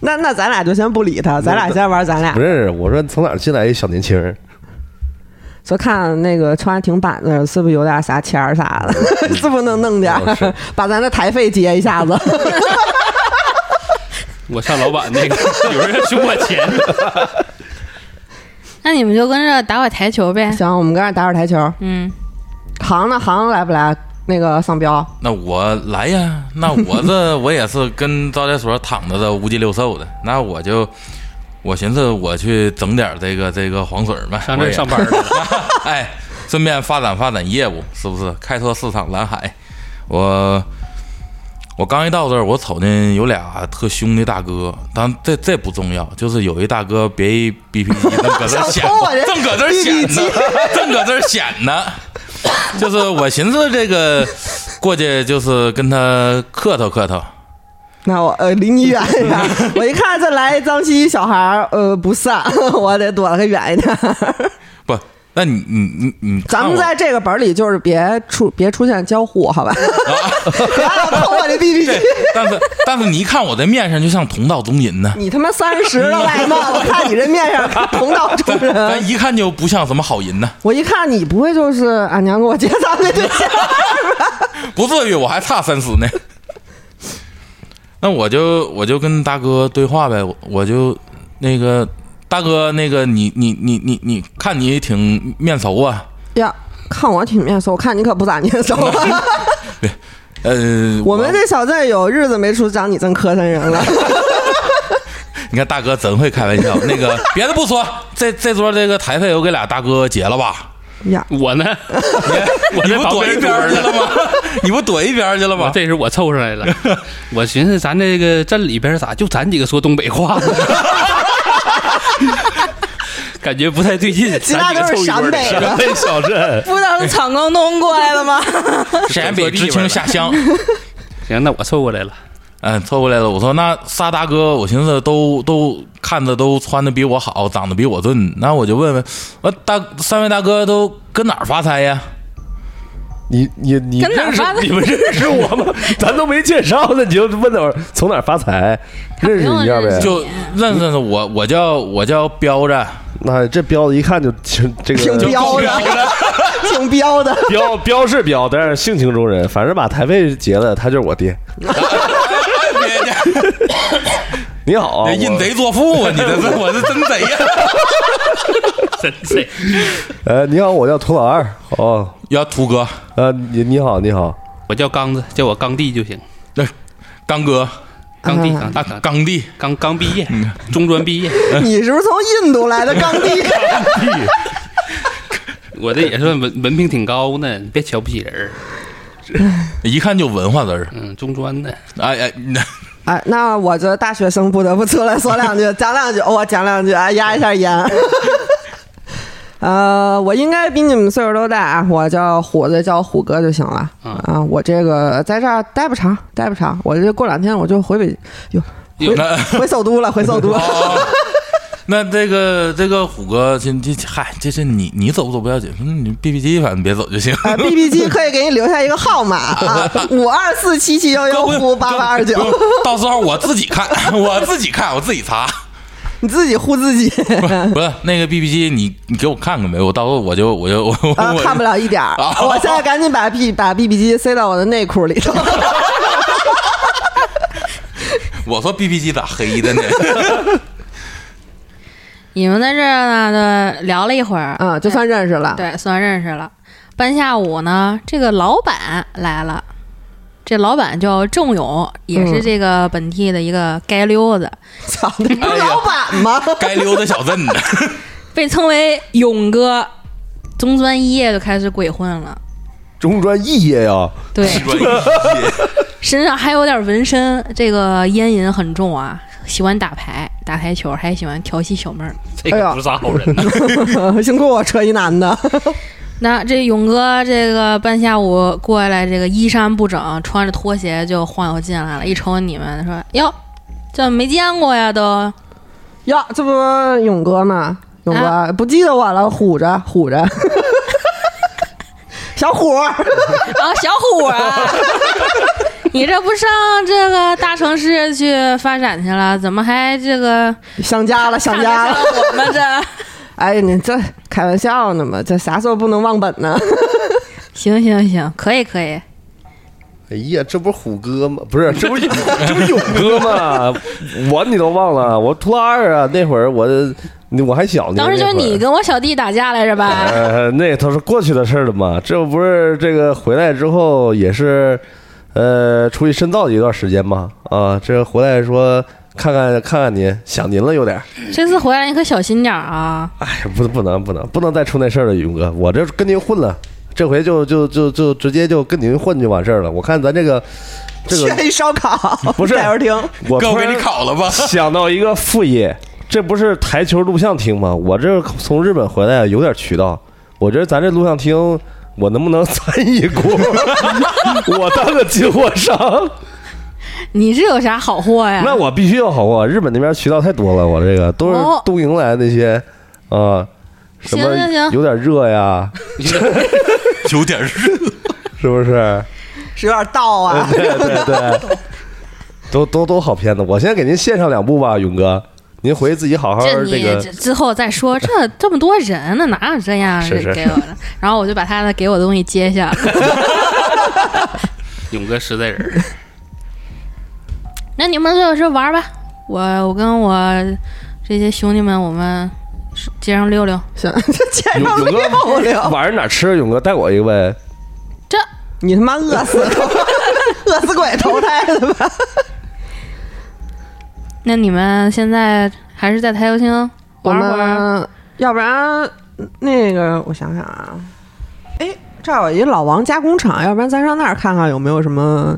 Speaker 2: 那那咱俩就先不理他，咱俩先玩咱俩
Speaker 3: (laughs) 不。认识。我说从哪儿进来一小年轻人？
Speaker 2: 就看那个穿挺板子是不是有点啥钱儿啥的，
Speaker 5: 嗯
Speaker 2: (laughs) 是不是能弄点儿
Speaker 3: 哦是，
Speaker 2: (laughs) 把咱的台费结一下子。
Speaker 4: 我上老板那个， (laughs) 有人要凶我钱。
Speaker 1: 那你们就跟着打会儿台球呗。
Speaker 2: (laughs) 行，我们跟这儿打会儿台球。
Speaker 1: 嗯，
Speaker 2: 行呢，行来不来？那个丧彪，
Speaker 5: (laughs) 那我来呀，那我这我也是跟招待所躺着的五脊六兽的，那我就我寻思我去整点这个这个黄水嘛，
Speaker 4: 上这
Speaker 5: 我
Speaker 4: 儿
Speaker 5: 也
Speaker 4: 上班儿了，
Speaker 5: 哎，顺便发展发展业务，是不是？开拓市场蓝海。我我刚一到这儿，我瞅见有俩特凶的大哥，但这这不重要，就是有一大哥别一 B P 机正搁这儿显
Speaker 2: 想偷啊我
Speaker 5: 呢
Speaker 2: 人，
Speaker 5: (laughs) 正搁这儿显呢，正搁这儿显呢。就是我寻思这个过去就是跟他客套客套，
Speaker 2: 那我呃离你远一
Speaker 5: (laughs)
Speaker 2: 点儿。我一看这来一脏兮小孩儿，呃不善， (laughs) 我得躲得远一点儿。
Speaker 5: (laughs) 不，那你你你你看
Speaker 2: 咱
Speaker 5: 我，
Speaker 2: 们在这个本儿里就是别出别出现交互，好吧？ (laughs) 别老偷我的 BB
Speaker 5: 啊对
Speaker 2: 机。，
Speaker 5: 但是但是你一看我这面上就像同道中人呢，
Speaker 2: (laughs) 你他妈三十了，外貌，我看你这面上同道中人。
Speaker 5: 嗯 (laughs) 咱一看就不像什么好人呢。
Speaker 2: 我一看你不会就是俺娘给我介绍的对象，
Speaker 5: 不至于，我还差三十呢。那我就我就跟大哥对话呗，我我就那个大哥，那个你你你你你看你挺面熟啊，
Speaker 2: 呀，看我挺面熟，我看你可不咋面熟。
Speaker 5: 呃，
Speaker 2: (laughs) 我们这小镇有日子没出长你真磕碜人了。
Speaker 5: 你看大哥真会开玩笑。那个别的不说，这这桌这个台费我给俩大哥结了吧？
Speaker 2: (laughs) 呀，(laughs)
Speaker 4: 我呢，我
Speaker 5: 你
Speaker 4: 在
Speaker 5: 不
Speaker 4: 旁
Speaker 5: 躲一
Speaker 4: 边
Speaker 5: 边儿
Speaker 4: 儿
Speaker 5: 去
Speaker 4: 呢。
Speaker 5: 了吗？你不躲一边儿去了
Speaker 4: 我
Speaker 5: 吗？
Speaker 4: 这时候我凑上来
Speaker 2: (laughs)
Speaker 4: 了，我寻思咱这个镇里边咋就咱几个说东北话
Speaker 2: (laughs)
Speaker 4: 呢？感觉不太对劲，
Speaker 2: 其他
Speaker 4: 咱几
Speaker 2: 都是
Speaker 4: 个凑一
Speaker 2: 陕
Speaker 4: 堆儿
Speaker 2: 北的
Speaker 4: 的，
Speaker 3: 那哎小镇，
Speaker 1: 不都是闯关东过来的吗？
Speaker 4: 啊
Speaker 5: 陕北知青下乡。
Speaker 4: 行，那我凑过来了，
Speaker 5: 嗯，凑过来了。我说那仨大哥，我寻思都都看着都穿的比我好，长得比我俊，那我就问问，我大三位大哥都跟哪儿发财呀？
Speaker 3: (laughs) 你你你
Speaker 1: 跟哪儿
Speaker 3: 认识
Speaker 1: 发的
Speaker 3: 你们认识我
Speaker 1: (laughs)
Speaker 3: 吗？咱都没介绍呢，你就问哪儿从哪儿发财，
Speaker 1: 不
Speaker 3: 认识
Speaker 1: 用
Speaker 3: 一下
Speaker 1: 认识
Speaker 3: 呗。
Speaker 5: 就认识认识我，我叫我叫彪子，
Speaker 3: 那这彪子一看就
Speaker 1: (laughs)
Speaker 3: 这
Speaker 2: 挺
Speaker 3: 个
Speaker 2: 彪的，挺彪的。
Speaker 3: 彪彪是彪，但是性情中人，反正把台费结了，他就是我爹。
Speaker 5: 别介，
Speaker 3: 你好啊，
Speaker 5: 印
Speaker 3: 我
Speaker 5: 贼作父啊！你这是我是真贼呀、
Speaker 4: 真是
Speaker 3: 呃，你好，我叫涂老二。哦，
Speaker 5: 要图哥，
Speaker 3: 呃，你你好，你好，
Speaker 4: 我叫刚子，叫我刚弟就行，
Speaker 5: 对，刚哥
Speaker 4: 刚弟，
Speaker 2: 啊
Speaker 4: 刚弟
Speaker 5: 啊，
Speaker 4: 刚弟，
Speaker 5: 刚弟，
Speaker 4: 刚刚毕业，
Speaker 2: 嗯
Speaker 4: 中专毕业，
Speaker 2: 你是不是从印度来的刚弟？
Speaker 4: 我这也算文文凭挺高呢，你别瞧不起人儿，
Speaker 5: 一看就文化人儿。
Speaker 4: 嗯，中专的，
Speaker 5: 哎哎，那
Speaker 2: (laughs) 哎，那我这大学生不得不出来说两 (laughs) 句，讲两句，我讲两句啊，压一下烟。 (laughs) 呃，我应该比你们岁数都大，啊我叫虎子，叫我虎哥就行了。啊、我这个在这儿待不长，待不长，我这过两天我就回北，哟，
Speaker 5: 有那。
Speaker 2: 回首都了，回首都。
Speaker 5: 哦，那这个这个虎哥，这这嗨，这是你你走不走不要紧，嗯你 B B 机反正别走就行。
Speaker 2: 啊，B B
Speaker 5: (laughs)
Speaker 2: 机可以给你留下一个号码啊，五二四七七幺幺
Speaker 5: 哥
Speaker 2: 五哎八八二九，，
Speaker 5: 不用到时候我自己看， (laughs) 我自己看，我自己查。
Speaker 2: 你自己呼自己
Speaker 5: 不
Speaker 2: 嗯
Speaker 5: 是不是那个 B B 机，你你给我看看呗，我到时候我就我就我我
Speaker 2: 啊，看不了一点儿。
Speaker 5: 啊
Speaker 2: 我现在赶紧把 B 把 B B 机塞到我的内裤
Speaker 5: (laughs)
Speaker 2: 里头。
Speaker 5: (laughs) 我说 B B 机咋黑的呢？
Speaker 1: (laughs)
Speaker 5: (laughs)
Speaker 1: 你们在这儿呢聊了一会儿，
Speaker 2: 嗯，就算认识了。
Speaker 1: 对，算认识了。半下午呢，这个老板来了，这老板叫郑勇，也是
Speaker 2: 嗯
Speaker 1: 这个本地的一个街溜子，
Speaker 2: 操，你不
Speaker 5: 哎
Speaker 2: 是老板吗？
Speaker 5: 该溜达小镇的，
Speaker 1: 被称为勇哥。中专一夜就开始鬼混了，
Speaker 3: 中专肄业呀，
Speaker 1: 对，
Speaker 5: (laughs) 专业
Speaker 1: 身上还有点纹身，这个烟瘾很重啊，喜欢打牌、打台球，还喜欢调戏小妹儿。
Speaker 4: 这
Speaker 2: 哎
Speaker 4: 个
Speaker 2: 呀
Speaker 4: 不是啥好人
Speaker 2: (laughs)
Speaker 4: 呢，
Speaker 2: 幸亏我车一男的，
Speaker 1: 那这勇哥这个半下午过来，这个衣衫不整，穿着拖鞋就晃悠进来了，一瞅你们说哟，这没见过呀都。啊
Speaker 2: 呀，这不勇哥吗？勇哥、
Speaker 1: 啊
Speaker 2: 不记得我了，唬着唬着。 (laughs) 小伙儿，
Speaker 1: 啊，小虎啊， (laughs) 你这不上这个大城市去发展去了，怎么还这个
Speaker 2: 想家了，想家
Speaker 1: 看
Speaker 2: 了
Speaker 1: 得。上我们这？
Speaker 2: 哎，你这开玩笑呢嘛？这啥时候不能忘本呢？
Speaker 1: 行行行，可以可以，
Speaker 3: 哎呀，这不是虎哥吗？不是，这不是这不是勇哥吗？我你都忘了，我初二啊，那会儿我我还小呢。
Speaker 1: 当时就是
Speaker 3: 那会儿
Speaker 1: 你跟我小弟打架来着吧？
Speaker 3: 呃，那都是过去的事儿了嘛。这不是这个回来之后也是，呃，出去深造一段时间嘛。啊，这回来说看看看看您，想您了有点儿。
Speaker 1: 这次回来你可小心点儿啊！
Speaker 3: 哎， (laughs) 不不能不能不能再出那事儿了，勇哥，我这跟您混了，这回就就就就直接就跟您混就完事儿了。我看咱这个这
Speaker 5: (laughs)
Speaker 3: 个，
Speaker 2: 一烧烤，
Speaker 3: 不是
Speaker 2: 待会儿听。
Speaker 3: 我
Speaker 5: 哥，
Speaker 3: 突
Speaker 5: 我给
Speaker 3: 然
Speaker 5: 你烤了
Speaker 3: (laughs)
Speaker 5: 吧。
Speaker 3: 想到一个副业，这不是台球录像厅吗？我这从日本回来有点渠道，我觉得咱这录像厅，我能不 (laughs) 能参与过？我当个进货商，
Speaker 1: 你是有啥好货哎呀？
Speaker 3: 那我必须要好货。日本那边渠道太多了，我这个都是
Speaker 1: 哦
Speaker 3: 东营来的那些啊、什
Speaker 1: 行
Speaker 3: 么
Speaker 1: 行行，
Speaker 3: 有点热呀，
Speaker 5: 有点热，
Speaker 3: 是不是？
Speaker 2: 是有点倒啊！
Speaker 3: 对对对，都都都好片子。我先给您献上两部吧，勇哥，您回去自己好好
Speaker 1: 这
Speaker 3: 这
Speaker 1: 你
Speaker 3: 个
Speaker 1: 这之后再说，这这么多人呢，哪有这样
Speaker 3: 是是
Speaker 1: 给我的？然后我就把他的给我的东西接下了。 (laughs)
Speaker 4: 勇哥实在人儿，
Speaker 1: 那你们就是玩儿吧，我我跟我这些兄弟们，我们街上溜溜。
Speaker 2: 行， (laughs) 这街
Speaker 3: 勇
Speaker 2: 上
Speaker 3: 勇
Speaker 2: 溜
Speaker 3: 哥
Speaker 2: 溜，
Speaker 3: 晚上哪吃？勇哥带我一个呗。
Speaker 1: 这
Speaker 2: 你他妈饿死 (laughs) 了，饿死鬼投胎了吧？
Speaker 1: 那你们现在还是在台球厅
Speaker 2: (laughs) 我
Speaker 1: 玩会儿？
Speaker 2: 们要不然那个，我想想啊，哎，这儿有一老王加工厂，要不然咱上那儿看看有没有什么？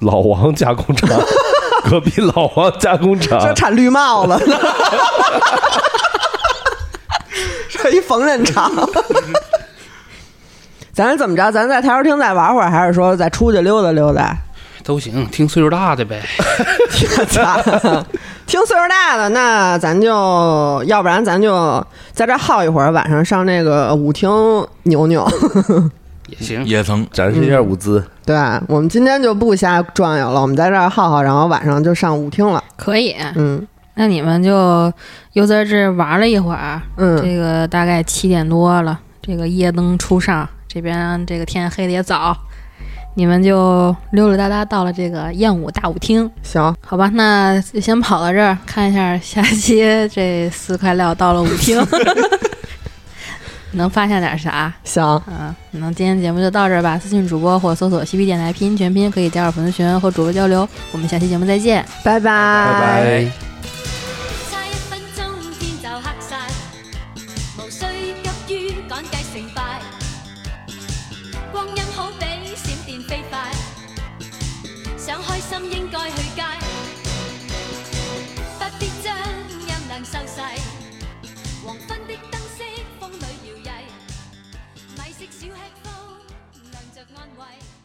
Speaker 3: 老王加
Speaker 2: (laughs)
Speaker 3: 工厂，隔壁老王加工
Speaker 2: 这
Speaker 3: 厂，
Speaker 2: 产绿帽子 (laughs) 呢，这一缝纫 (laughs) 厂。咱是怎么着？咱在台球厅再玩会儿，还是说再出去溜达溜达？
Speaker 4: 都行，听岁数大的呗。
Speaker 2: 我操！ (laughs) 听岁数大的，那咱就要不然咱就在这儿耗一会儿，晚上上那个舞厅扭扭。
Speaker 4: 也行，
Speaker 5: 也曾
Speaker 3: 展示一
Speaker 2: 嗯
Speaker 3: 下舞姿。
Speaker 2: 对，我们今天就不瞎转悠了，我们在这儿耗耗，然后晚上就上舞厅了。
Speaker 1: 可以，
Speaker 2: 嗯
Speaker 1: 那你们就又在这玩了一会儿。
Speaker 2: 嗯，
Speaker 1: 这个大概七点多了，这个夜灯初上，这边这个天黑的也早，你们就溜溜达达到了这个燕舞大舞厅。
Speaker 2: 行，
Speaker 1: 好吧，那就先跑到这儿，看一下下期这四块料到了舞厅，能发现点啥？
Speaker 2: 行，
Speaker 1: 嗯，那今天节目就到这儿吧。私信主播或搜索“西皮电台”拼音全拼，可以加入粉丝群和主播交流。我们下期节目再见。
Speaker 2: 拜拜拜
Speaker 3: 拜。
Speaker 6: 差一分鐘天就黑晒，無需急於趕計成敗。光陰好比閃電飛快，想開心應該去街，不必將音量收細。黃昏的燈飾風裏搖曳，米色小吃風亮着安慰。